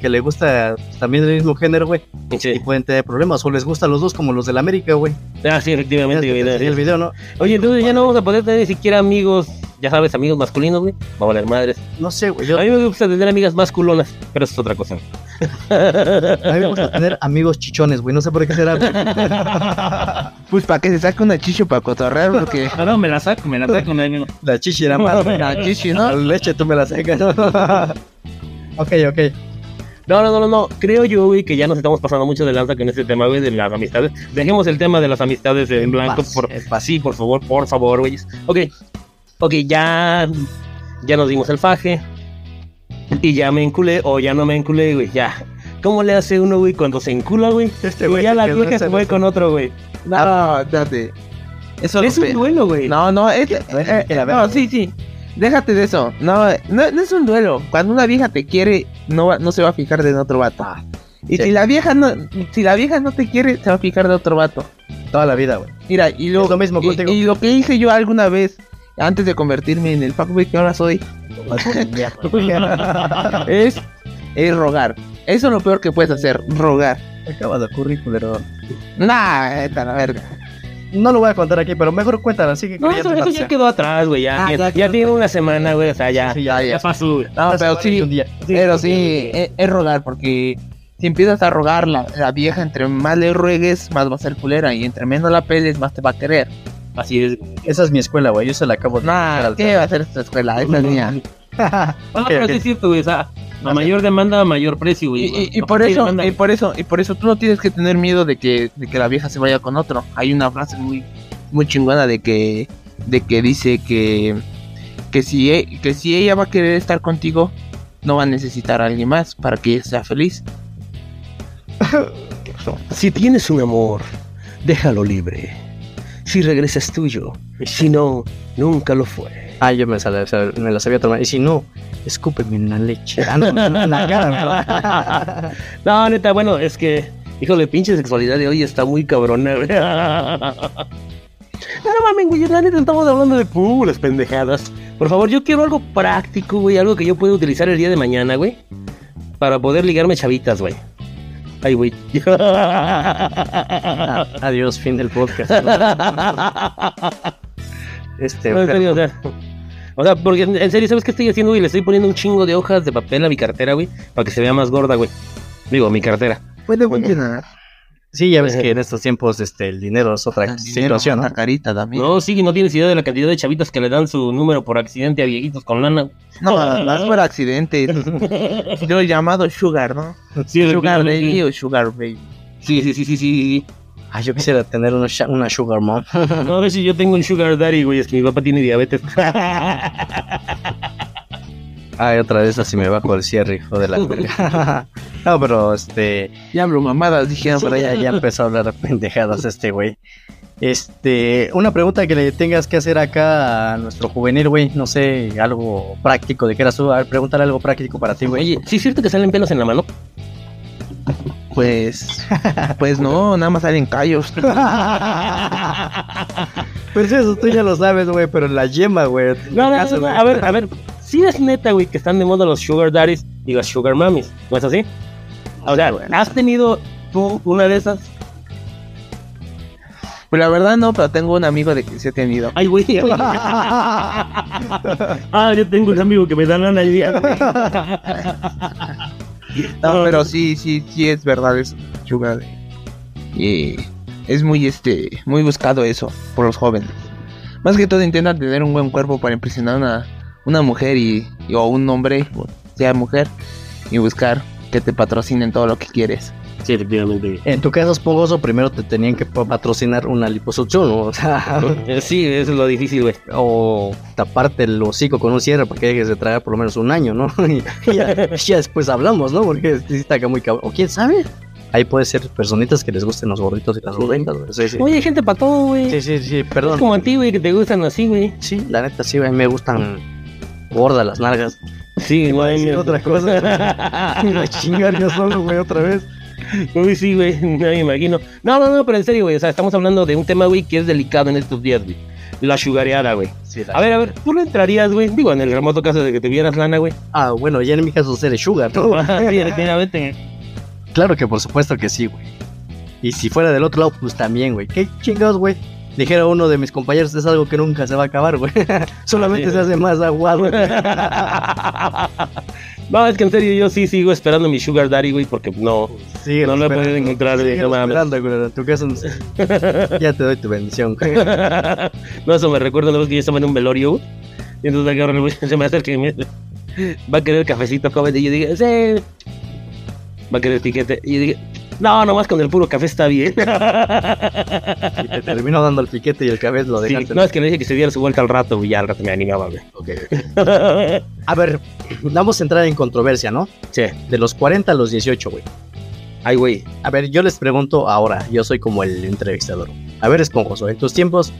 que le gusta también del mismo género, güey. Y
Sí.
pueden tener problemas, o les gustan los dos como los del América, güey.
Ah, sí,
Ya
efectivamente.
te-
güey,
te- el video, ¿no?
Oye, entonces ya no vamos a poder tener ni siquiera amigos, ya sabes, amigos masculinos, güey. Vamos a valer madres.
No sé, güey. yo-
A mí me gusta tener amigas masculonas, pero eso es otra cosa.
A mí me gusta tener amigos chichones, güey. No sé por qué será. güey.
Pues para que se saque una chicho para cotorrear, porque
Ah, no, me la saco, me la saco. no hay ningún-
La chichi era más.
la chichi,
La
¿no?
leche tú me la sacas. ¿no? ok, ok.
No, no, no, no, no. Creo yo, güey, que ya nos estamos pasando mucho de lanza con este tema, güey, de las amistades. Dejemos el tema de las amistades en blanco,
Paz,
por
en paz.
Pues Sí, por favor, por favor, güeyes. Ok, ok, ya, ya nos dimos el faje. Y ya me enculé, o ya no me enculé, güey, ya. ¿Cómo le hace uno, güey, cuando se encula, güey?
Este
y ya la
que
vieja
no
se fue con otro, güey.
Ah,
No, date. Ah, Eso
Es un
pe-
duelo, güey.
No, no, es,
A ver,
eh,
a ver.
no, sí, sí. Déjate de eso. No, no, no es un duelo. Cuando una vieja te quiere, no, va- no se va a fijar de otro vato.
Ah,
y
sí.
si la vieja no, si la vieja no te quiere, se va a fijar de otro vato.
Toda la vida, güey.
Mira, y lo,
Es lo mismo
y-
contigo.
y lo que hice yo alguna vez, antes de convertirme en el fuckboy que ahora soy,
Ah.
es, es rogar. Eso es lo peor que puedes hacer, rogar.
Acaba de ocurrir, culero.
Nah, está la verga.
No lo voy a contar aquí, pero mejor cuéntalo, así que
No, eso, eso ya quedó atrás, güey. Ya,
Ah,
ya,
ya
ya tiene una semana, güey. O sea, ya.
Sí, ya,
Ya
ya.
pasó, güey.
No, pero sí,
Un día.
Pero sí, eh, es, es rogar, porque si empiezas a rogar, la, la vieja, entre más le ruegues, más va a ser culera, y entre menos la peles, más te va a querer. Pues,
Así es.
Esa es mi escuela, güey. Yo se la acabo de.
Nah, ¿qué va a hacer esta escuela? Esa es mía.
Ah,
Ok,
pero
ok.
sí es cierto, güey. O sea, la mayor demanda, mayor precio, güey.
Y, y- y por
Sí,
eso, eh,
demanda.
y por eso, y por eso tú no tienes que tener miedo de que, de que la vieja se vaya con otro. Hay una frase muy, muy chingona de que, de que dice que, que si, e- que si ella va a querer estar contigo, no va a necesitar a alguien más para que ella sea feliz.
Si tienes un amor, déjalo libre. Si regresas tuyo, si no, nunca lo fue.
Ah, yo me, sal- sal- me la sabía tomar. Y si no, escúpeme en la leche. Ah, no, en la cara, ¿verdad?
No, neta, bueno, es que, híjole, pinche sexualidad de hoy está muy cabrona, güey. No mames, güey, la neta estamos hablando de puras pendejadas. Por favor, yo quiero algo práctico, güey, algo que yo pueda utilizar el día de mañana, güey, para poder ligarme chavitas, güey. Ay, güey.
Adiós, fin del podcast. Este.
No, en
pero-
serio, o sea. O sea, porque en en serio, ¿sabes qué estoy haciendo, güey? Le estoy poniendo un chingo de hojas de papel a mi cartera, güey, para que se vea más gorda, güey. Digo, mi cartera.
Puede funcionar.
Sí, ya ves que en estos tiempos este, el dinero es otra situación, ¿no?
La carita también.
No, sí, no tienes idea de la cantidad de chavitas que le dan su número por accidente a viejitos con lana.
No, más por accidente. Yo he llamado Sugar, ¿no?
Sí,
Sugar Lady o Sugar Baby.
Sí, sí, sí, sí, sí.
Ah, yo quisiera tener una, sha- una sugar mom.
No, a ver si yo tengo un sugar daddy, güey, es que mi papá tiene diabetes.
Ay, otra vez así me bajo el cierre, hijo de la verga. No, pero este.
Ya hablo mamadas, dijeron por
Pero ya,
allá.
ya empezó a hablar pendejadas este güey. Este, una pregunta que le tengas que hacer acá a nuestro juvenil, güey. No sé, algo práctico de que eras tú. A ver, pregúntale algo práctico para ti, güey.
Oye, ¿sí es cierto que salen pelos en la mano?
Pues, pues no, nada más salen callos.
Pues eso tú ya lo sabes, güey, pero la yema, güey.
No, no, no, no, a ver, a ver. sí es neta, güey, que están de moda los sugar daddies y las sugar mummies. ¿No es así? Ahora, ¿has tenido tú una de esas?
Pues la verdad no, pero tengo un amigo de que se ha tenido.
Ay, güey. ah, yo tengo un amigo que me da la idea.
No, pero sí, sí, sí es verdad eso. Sugar. Daddy. Y es muy, este, muy buscado eso por los jóvenes. Más que todo intentan tener un buen cuerpo para impresionar a una, una mujer y, y- o un hombre, o sea mujer, y buscar que te patrocinen todo lo que quieres.
Sí, efectivamente.
En tu caso, esposo, primero te tenían que pa- patrocinar una liposucción, ¿no? o sea,
Eh, Sí, eso es lo difícil, güey.
o taparte el hocico con un cierre para que dejes de tragar por lo menos un año, ¿no? Y ya, ya después hablamos, ¿no? Porque sí está acá muy cabrón. O quién sabe. Ahí puede ser personitas que les gusten los gorditos y las gorditas, güey. Sí, sí.
Oye, hay gente para todo, güey.
Sí, sí, sí,
Es
perdón.
como a ti, güey, que te gustan así, güey.
Sí, la neta, sí, güey, me gustan gordas las nalgas.
Sí, güey.
Decir
mira.
otra cosa. Mira, chingar yo solo, güey, otra vez.
Uy, sí, güey, no me imagino. No, no, no, pero en serio, güey, o sea, estamos hablando de un tema, güey, que es delicado en estos días, güey. La sugareada, güey.
Sí, la-
A ver, a ver, ¿tú le entrarías, güey? Digo, en el remoto caso de que te vieras lana, güey.
Ah, bueno, ya en mi caso seré sugar, ¿no?
Sí, definitivamente.
Claro que por supuesto que sí, güey. Y si fuera del otro lado, pues también, güey. ¿Qué chingados, güey? Dijera uno de mis compañeros, es algo que nunca se va a acabar, güey. Solamente
Así
se hace más aguado.
No, es que en serio, yo sí sigo esperando mi sugar daddy, güey, porque no.
Sigue
No lo he podido encontrar, güey, no mames.
esperando, güey. En tu caso, no sé. ya te doy tu bendición, güey.
no, eso me recuerda la vez que yo estaba en un velorio, güey. Y entonces agarro el güey, se me acerca y me dice, va a querer cafecito, joven. Y yo dije, sí. Va a querer piquete. Y yo dije, no, nomás con el puro café está bien.
Y te termino dando el piquete y el cabello lo
Sí,
dejaste.
no, es que le dije que se diera su vuelta al rato, güey, ya al rato me animaba, güey.
Ok, ok. A ver, vamos a entrar en controversia, ¿no?
sí,
De los 40 a los 18, güey.
ay, güey.
A ver, yo les pregunto ahora, yo soy como el entrevistador. A ver, Esponjoso, en tus tiempos,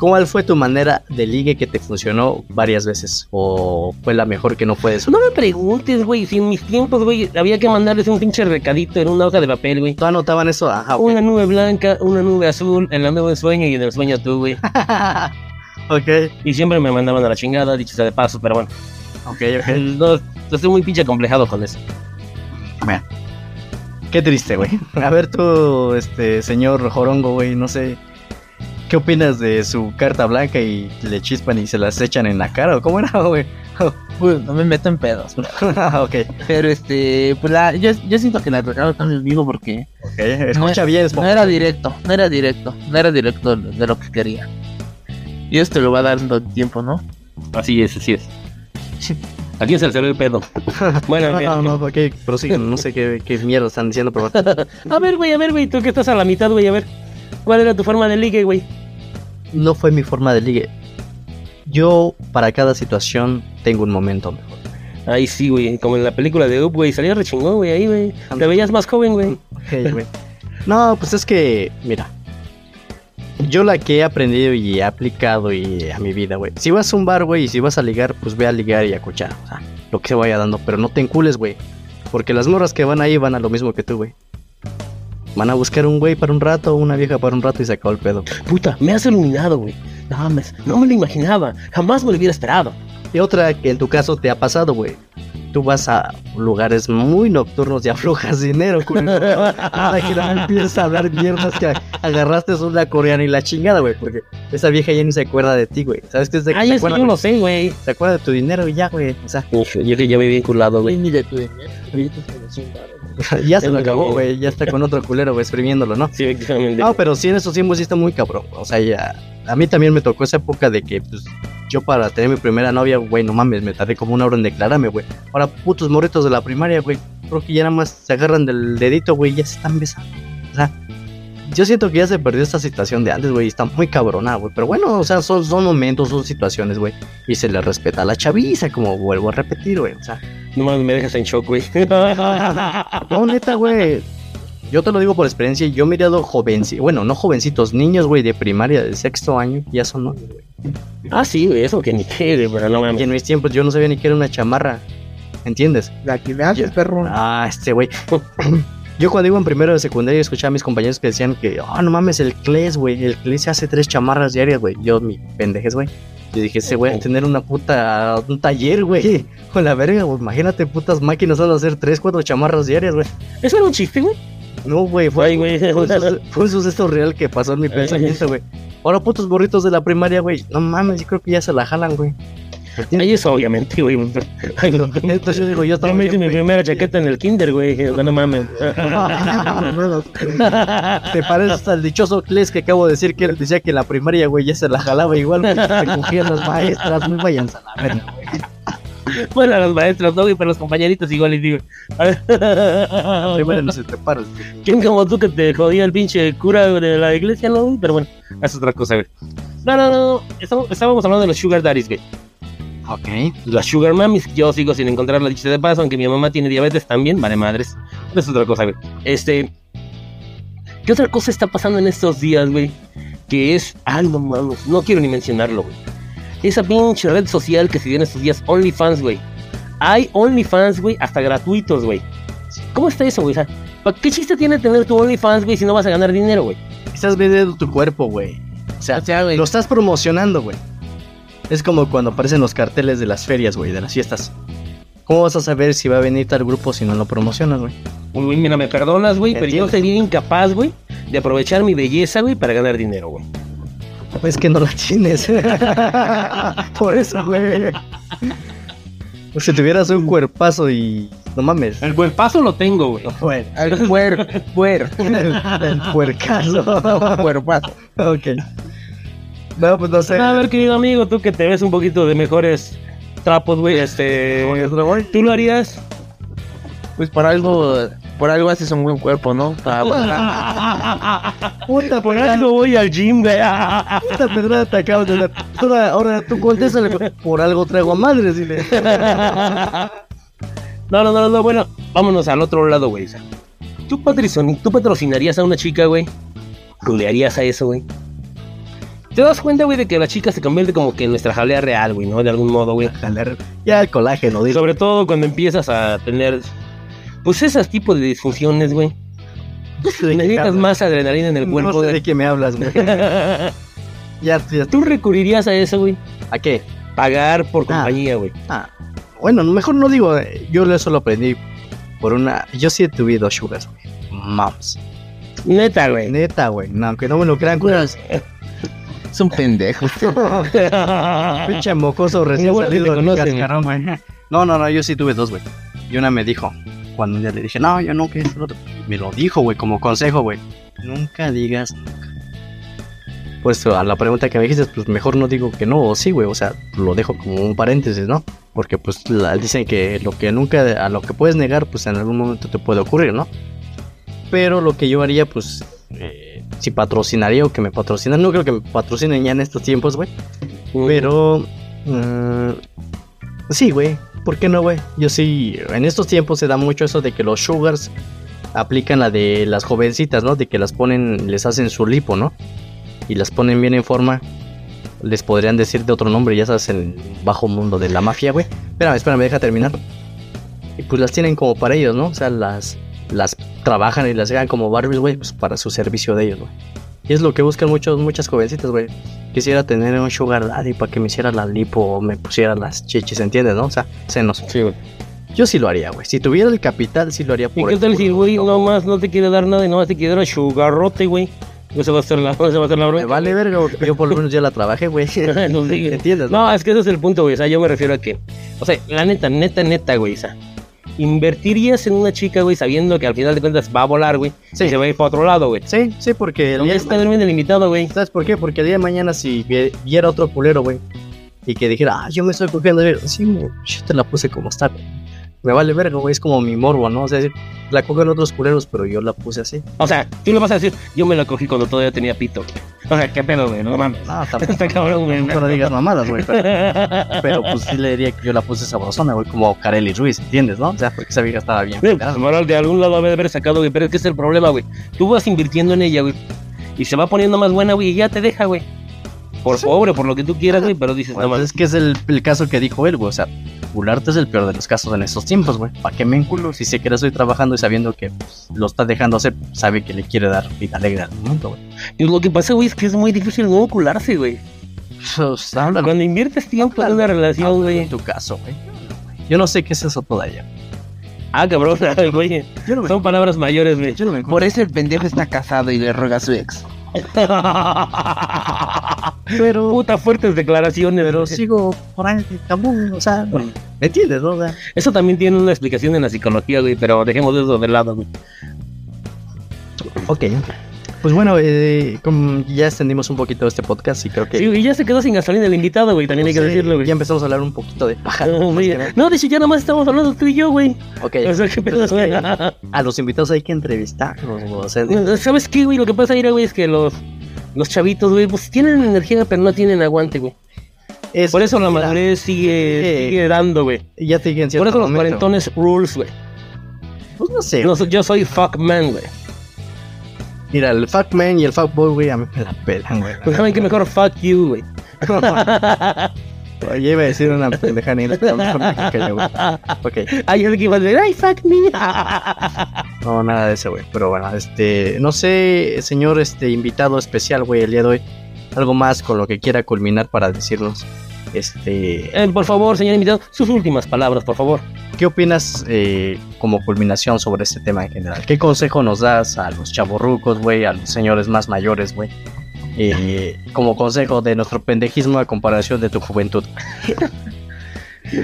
¿cuál fue tu manera de ligue que te funcionó varias veces? ¿O fue la mejor que no puedes?
Pues No me preguntes, güey, si en mis tiempos, güey, había que mandarles un pinche recadito en una hoja de papel, güey.
¿Tú anotaban eso? Ajá, ok.
Una nube blanca, una nube azul, en la nube de sueño y en el sueño tú, güey.
ok,
Y siempre me mandaban a la chingada, dicho sea de paso, pero bueno.
ok, ok.
No, estoy muy pinche complejado con eso.
Qué triste, güey. A ver, tú, este, señor Jorongo, güey, no sé. ¿Qué opinas de su carta blanca y le chispan y se las echan en la cara? ¿O cómo era, güey?
Pues no me meto en pedos.
ok,
Pero este, pues la, yo, yo siento que la recago con mi amigo porque
ok. Escucha bien,
no
Esponjoso.
era directo, no era directo, no era directo de lo que quería. Dios te lo va dando tiempo, ¿no?
Así es, así es. ¿A quién se le salió el pedo? Bueno, en fin.
Ah, No, no, no, ok, prosigan, no sé qué, qué mierda están diciendo, pero
a ver, güey, a ver, güey, tú que estás a la mitad, güey, a ver. ¿Cuál era tu forma de ligue, güey?
no fue mi forma de ligue. Yo, para cada situación, tengo un momento mejor.
Ahí sí, güey, como en la película de Up, güey, salía rechingón, güey, ahí, güey. Te veías más joven, güey.
No, pues es que, mira. Yo la que he aprendido y he aplicado y a mi vida, güey. Si vas a un bar, güey, y si vas a ligar, pues ve a ligar y a cochar. O sea, lo que se vaya dando, pero no te encules, güey. Porque las morras que van ahí van a lo mismo que tú, güey. Van a buscar un güey para un rato, una vieja para un rato y se acabó el pedo.
Puta, me has iluminado, güey. No mames, no me lo imaginaba. Jamás me lo hubiera esperado.
Y otra que en tu caso te ha pasado, güey. Tú vas a lugares muy nocturnos y aflojas dinero, culero. Hasta que luego empiezas a hablar mierdas que agarraste una coreana y la chingada, güey. Porque esa vieja ya ni se acuerda de ti, güey. ¿Sabes qué? Se,
Ay,
se
es que
acuerda,
yo lo sé, güey.
se acuerda de tu dinero y ya, güey. O sea,
Uf, Yo que ya me vi vinculado, güey.
ni de tu dinero, billetes de 100 varos.
ya se
Ya
lo
lo
acabó,
acabó.
güey. Ya está con otro culero, güey, exprimiéndolo, ¿no?
Sí, efectivamente.
No, pero sí, en esos tiempos sí está muy cabrón. güey. O sea, ya. A mí también me tocó esa época de que, pues, yo para tener mi primera novia, güey, no mames, me tardé como una hora en declararme, güey. Ahora, putos morritos de la primaria, güey. Creo que ya nada más se agarran del dedito, güey, y ya se están besando. O sea, yo siento que ya se perdió esta situación de antes, güey, y está muy cabrona, güey. Pero bueno, o sea, son, son momentos, son situaciones, güey. Y se le respeta a la chaviza, como vuelvo a repetir, güey. O sea,
No mames, me dejas en shock, güey. Ah,
no, neta, güey. Yo te lo digo por experiencia, yo he mirado jovencitos, bueno, no jovencitos, niños, güey, de primaria, de sexto año, ya son novios, güey.
ah, sí, güey, eso que ni qué, güey, pero no
Y
mames.
en mis tiempos yo no sabía ni que era una chamarra, ¿entiendes?
La que me haces,
Ya.
perro.
Ah, este güey. Yo cuando iba en primero de secundaria escuchaba a mis compañeros que decían que, ah, no mames, el Cles, güey, el Cles se hace tres chamarras diarias, güey. Yo, mi pendejez, güey. Yo dije, ese güey va a tener una puta, un taller, güey. Con la verga, güey. Imagínate, putas máquinas van a hacer tres, cuatro chamarras diarias, güey.
Eso era un chiste, güey.
No, güey, fue,
Ay, güey.
fue un suce- fue un suceso real que pasó en mi pensamiento, güey. Ahora, putos borritos de la primaria, güey. No mames, yo creo que ya se la jalan, güey.
Ay, eso obviamente, güey. Ay, no.
Entonces yo digo, yo
Yo me hice
también.
mi
güey.
primera chaqueta en el kinder, güey. que No mames.
Te pareces al dichoso Cles que acabo de decir que él decía que en la primaria, güey, ya se la jalaba igual, güey. Se cogían las maestras, muy vayan a la verga, güey.
Bueno, a los maestros, no, güey, pero a los compañeritos igual les digo.
La primaria no se te paras, güey.
¿Quién como tú que te jodía el pinche cura de la iglesia, no? güey? Pero bueno, es otra cosa, güey. No, no, no, no. Estamos- Estábamos hablando de los sugar daddies, güey.
Ok.
Las sugar mamis, yo sigo sin encontrar la dicha de paso, aunque mi mamá tiene diabetes también, vale madres. Pero es otra cosa, güey. Este. ¿Qué otra cosa está pasando en estos días, güey? Que es. Ay, no mames, no quiero ni mencionarlo, güey. Esa pinche red social que se dio en estos días, OnlyFans, güey. Hay OnlyFans, güey, hasta gratuitos, güey. ¿Cómo está eso, güey? O sea, ¿pa- ¿qué chiste tiene tener tu OnlyFans, güey, si no vas a ganar dinero, güey?
Estás vendiendo tu cuerpo, güey. O sea,
O sea, güey.
lo estás promocionando, güey. Es como cuando aparecen los carteles de las ferias, güey, de las fiestas. ¿Cómo vas a saber si va a venir tal grupo si no lo promocionas, güey?
Uy, güey, mira, me perdonas, güey, pero yo
Entiendo.
sería incapaz, güey, de aprovechar mi belleza, güey, para ganar dinero, güey.
Pues que no la tienes. Por eso, güey. Pues Si tuvieras un cuerpazo y. No mames.
El buen paso lo tengo, güey.
Bueno,
Al puer, puer,
el, el puercazo.
puerpazo.
ok. No, pues no sé.
A ver, querido amigo, tú que te ves un poquito de mejores trapos, güey, este... ¿Tú lo harías?
Pues por algo, por algo haces un buen cuerpo, ¿no? Para- para-
Puta,
Por
pues
algo voy al gym, güey. Ah, ah,
Esta pedrada te acabas de dar. Ahora, ahora tú contéstale. Por algo traigo a madres, dile.
ah. No, no, no, no, bueno, vámonos al otro lado, güey. o sea, ¿Tú, patricin- ¿Tú patrocinarías a una chica, güey? ¿Tú le harías a eso, güey? ¿Te das cuenta, güey, de que la chica se convierte como que en nuestra jalea real, güey, ¿no? De algún modo, güey.
Jalar. Ya el colágeno,
Y
dile.
sobre todo cuando empiezas a tener, pues, esos tipos de disfunciones, güey. Necesitas más adrenalina en el
No
cuerpo,
sé
güey.
de qué me hablas, güey. Ya, ya.
¿Tú recurrirías a eso, güey?
¿A qué?
Pagar por
Ah.
compañía, güey.
Ah, bueno, mejor no digo. eh, Yo eso lo aprendí por una. Yo sí tuve dos sugars, güey. Moms.
Neta, güey.
Neta, güey. No, aunque no me lo crean, güey.
Es un pendejo.
Pinche mocoso recién
Igual te
salido del
conocen,
cascarón, güey. No, no, no, yo sí tuve dos, güey. Y una me dijo, cuando un día le dije, no, yo nunca hice el otro. Me lo dijo, güey, como consejo, güey. Nunca digas nunca. Pues a la pregunta que me dijiste, pues mejor no digo que no, o sí, güey. O sea, lo dejo como un paréntesis, ¿no? Porque pues la- dicen que lo que nunca, a lo que puedes negar, pues en algún momento te puede ocurrir, ¿no? Pero lo que yo haría, pues, eh, si patrocinaría o que me patrocinan, no creo que me patrocinen ya en estos tiempos, güey. Pero. mm, sí, güey. ¿Por qué no, güey? Yo sí. En estos tiempos se da mucho eso de que los sugars aplican la de las jovencitas, ¿no? De que las ponen, les hacen su lipo, ¿no? Y las ponen bien en forma. Les podrían decir de otro nombre, ya sabes, el bajo mundo de la mafia, güey. Espérame, espérame, deja terminar. Y pues las tienen como para ellos, ¿no? O sea, las, las trabajan y las llegan como Barbies, güey, pues para su servicio de ellos, güey. Y es lo que buscan muchos, muchas jovencitas, güey quisiera tener un sugar daddy para que me hiciera la lipo o me pusiera las chichis, ¿entiendes, no? O sea, senos.
Sí, güey.
Yo sí lo haría, güey. Si tuviera el capital, sí lo haría
¿Y
por
qué
el
tal
culo,
si, güey, nomás no te quiere dar nada y nomás te quiere dar sugarrote, güey? No se va a hacer la, no se va a hacer la
Me
broma.
vale verga, güey. Yo por lo menos ya la trabajé, güey.
Ah, No, sí, güey.
¿Entiendes, no?
No, es que ese es el punto, güey. O sea, yo me refiero a que, o sea, la neta, neta, neta, güey. O sea, invertirías en una chica, güey, sabiendo que al final de cuentas va a volar, güey.
Sí.
Y se va a ir para otro lado, güey.
Sí, sí, porque... el
Ya
día-
está bien delimitado, güey.
¿Sabes por qué? Porque el día de mañana si vi- viera otro culero, güey, y que dijera, ah, yo me estoy cogiendo, güey, sí, güey, yo te la puse como está, güey. Me vale verga, güey, es como mi morbo, ¿no? O sea, la cogen otros culeros, pero yo la puse así.
O sea, tú le vas a decir, yo me la cogí cuando todavía tenía pito. O sea, qué pedo, güey, no mames.
No, tampoco.
Está cabrón, güey.
No digas mamadas, güey, pero... Pero pues sí le diría que yo la puse sabrosona, güey, como Carelli Ruiz, ¿entiendes, no? O sea, porque esa vieja estaba bien.
Güey,
pelada.
pues, moral, de algún lado debe haber sacado, güey. Pero es que es el problema, güey. Tú vas invirtiendo en ella, güey. Y se va poniendo más buena, güey. Y ya te deja, güey. Por pobre, por lo que tú quieras, güey. Pero dices,
Bueno,
no
pues,
mames.
es que es el, el caso que dijo él, güey. O sea, cularte es el peor de los casos en estos tiempos, güey. ¿Para qué me enculo? Si sé que la estoy trabajando y sabiendo que pues, lo está dejando hacer, sabe que le quiere dar vida alegre al mundo, güey.
Y lo que pasa, güey, es que es muy difícil no ocularse, güey.
Pues, háblalo.
Cuando inviertes tiempo en una relación,
Háblalo
güey.
en tu caso, güey. Yo no, güey. Yo no sé qué es eso todavía.
Ah, cabrón, güey.
Yo no me,
Son palabras mayores, güey.
yo no me
Por eso el pendejo está casado y le ruega a su ex.
Pero,
Puta fuertes declaraciones.
pero sigo por ahí, cabrón. O sea, ¿me entiendes, no? O sea,
Eso también tiene una explicación en la psicología, güey, pero dejemos eso de lado, güey.
Ok. Pues bueno, eh, como ya extendimos un poquito este podcast y creo que.
Sí, y ya se quedó sin gasolina el invitado, güey, también hay que
Sí,
decirlo, güey.
Ya empezamos a hablar un poquito de paja.
Ah, güey.
que nada.
No, Eh, de hecho ya nomás estamos hablando tú y yo, güey.
Ok.
O sea, qué pedo, güey.
A los invitados hay que entrevistarlos, güey, o sea,
¿Sabes qué, güey? Lo que pasa, mira, güey, es que los, los chavitos, güey, pues tienen energía, pero no tienen aguante, güey.
es-
Por eso la
mira,
madurez sigue,
Eh,
sigue dando, güey.
Ya te dije en
Por
cierto
eso los
momento.
cuarentones rules, güey.
Pues no sé.
No, so- yo soy fuck man, güey.
Mira, el fat man y el fat boy, güey, a mí me la pelan, güey.
Pues saben que mejor fuck you, güey.
Oye, iba a decir una pendeja negra, pero mejor me callo, güey. Ok,
Ay, yo sé que iba a decir, ay, fuck me.
no, nada de eso, güey. Pero bueno, este, no sé, señor, este, invitado especial, güey, el día de hoy. Algo más con lo que quiera culminar para decirnos, este,
Eh, por favor, señor invitado, sus últimas palabras, por favor.
¿Qué opinas eh, como culminación sobre este tema en general? ¿Qué consejo nos das a los chavorrucos, güey, a los señores más mayores, güey? Eh, como consejo de nuestro pendejismo a comparación de tu juventud.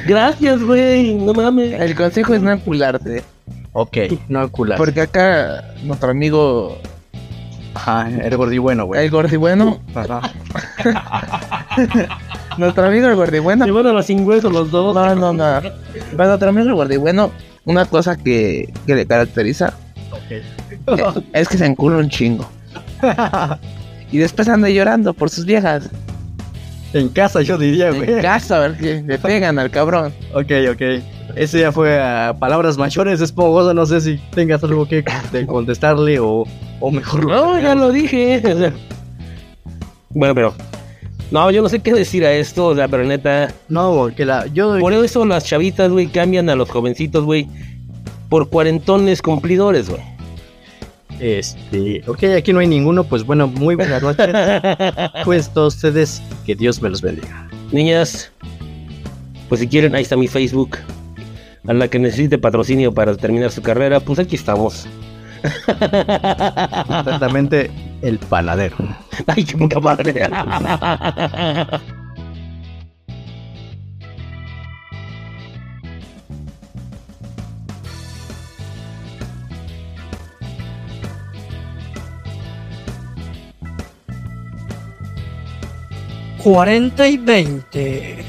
Gracias, güey. No mames.
El consejo es no encularte.
Ok, no culas.
Porque acá nuestro amigo
Ajá, el gordi bueno, güey.
el gordibueno,
Ajá.
nuestro amigo el gordibueno
Se van a los sin huesos los dos.
No, no, no. Bueno, también el bueno, una cosa que, que le caracteriza eh, es que se encula un chingo. Y después anda llorando por sus viejas.
En casa yo diría,
En
güey.
casa, a ver que le pegan al cabrón.
Ok, ok. Ese ya fue a palabras mayores, es pogoso, no sé si tengas algo que de contestarle o, o mejor lo
No, ya lo dije. o sea. Bueno, pero. No, yo no sé qué decir a esto, o sea, pero neta.
No, que la... Yo...
Por eso las chavitas, güey, cambian a los jovencitos, güey. Por cuarentones cumplidores, güey.
Este, ok, aquí no hay ninguno, pues bueno, muy buenas noches. Pues todos ustedes, que Dios me los bendiga.
Niñas, pues si quieren, ahí está mi Facebook. A la que necesite patrocinio para terminar su carrera, pues aquí estamos.
Exactamente, el panadero.
Ay, qué poca madre.
Cuarenta y veinte.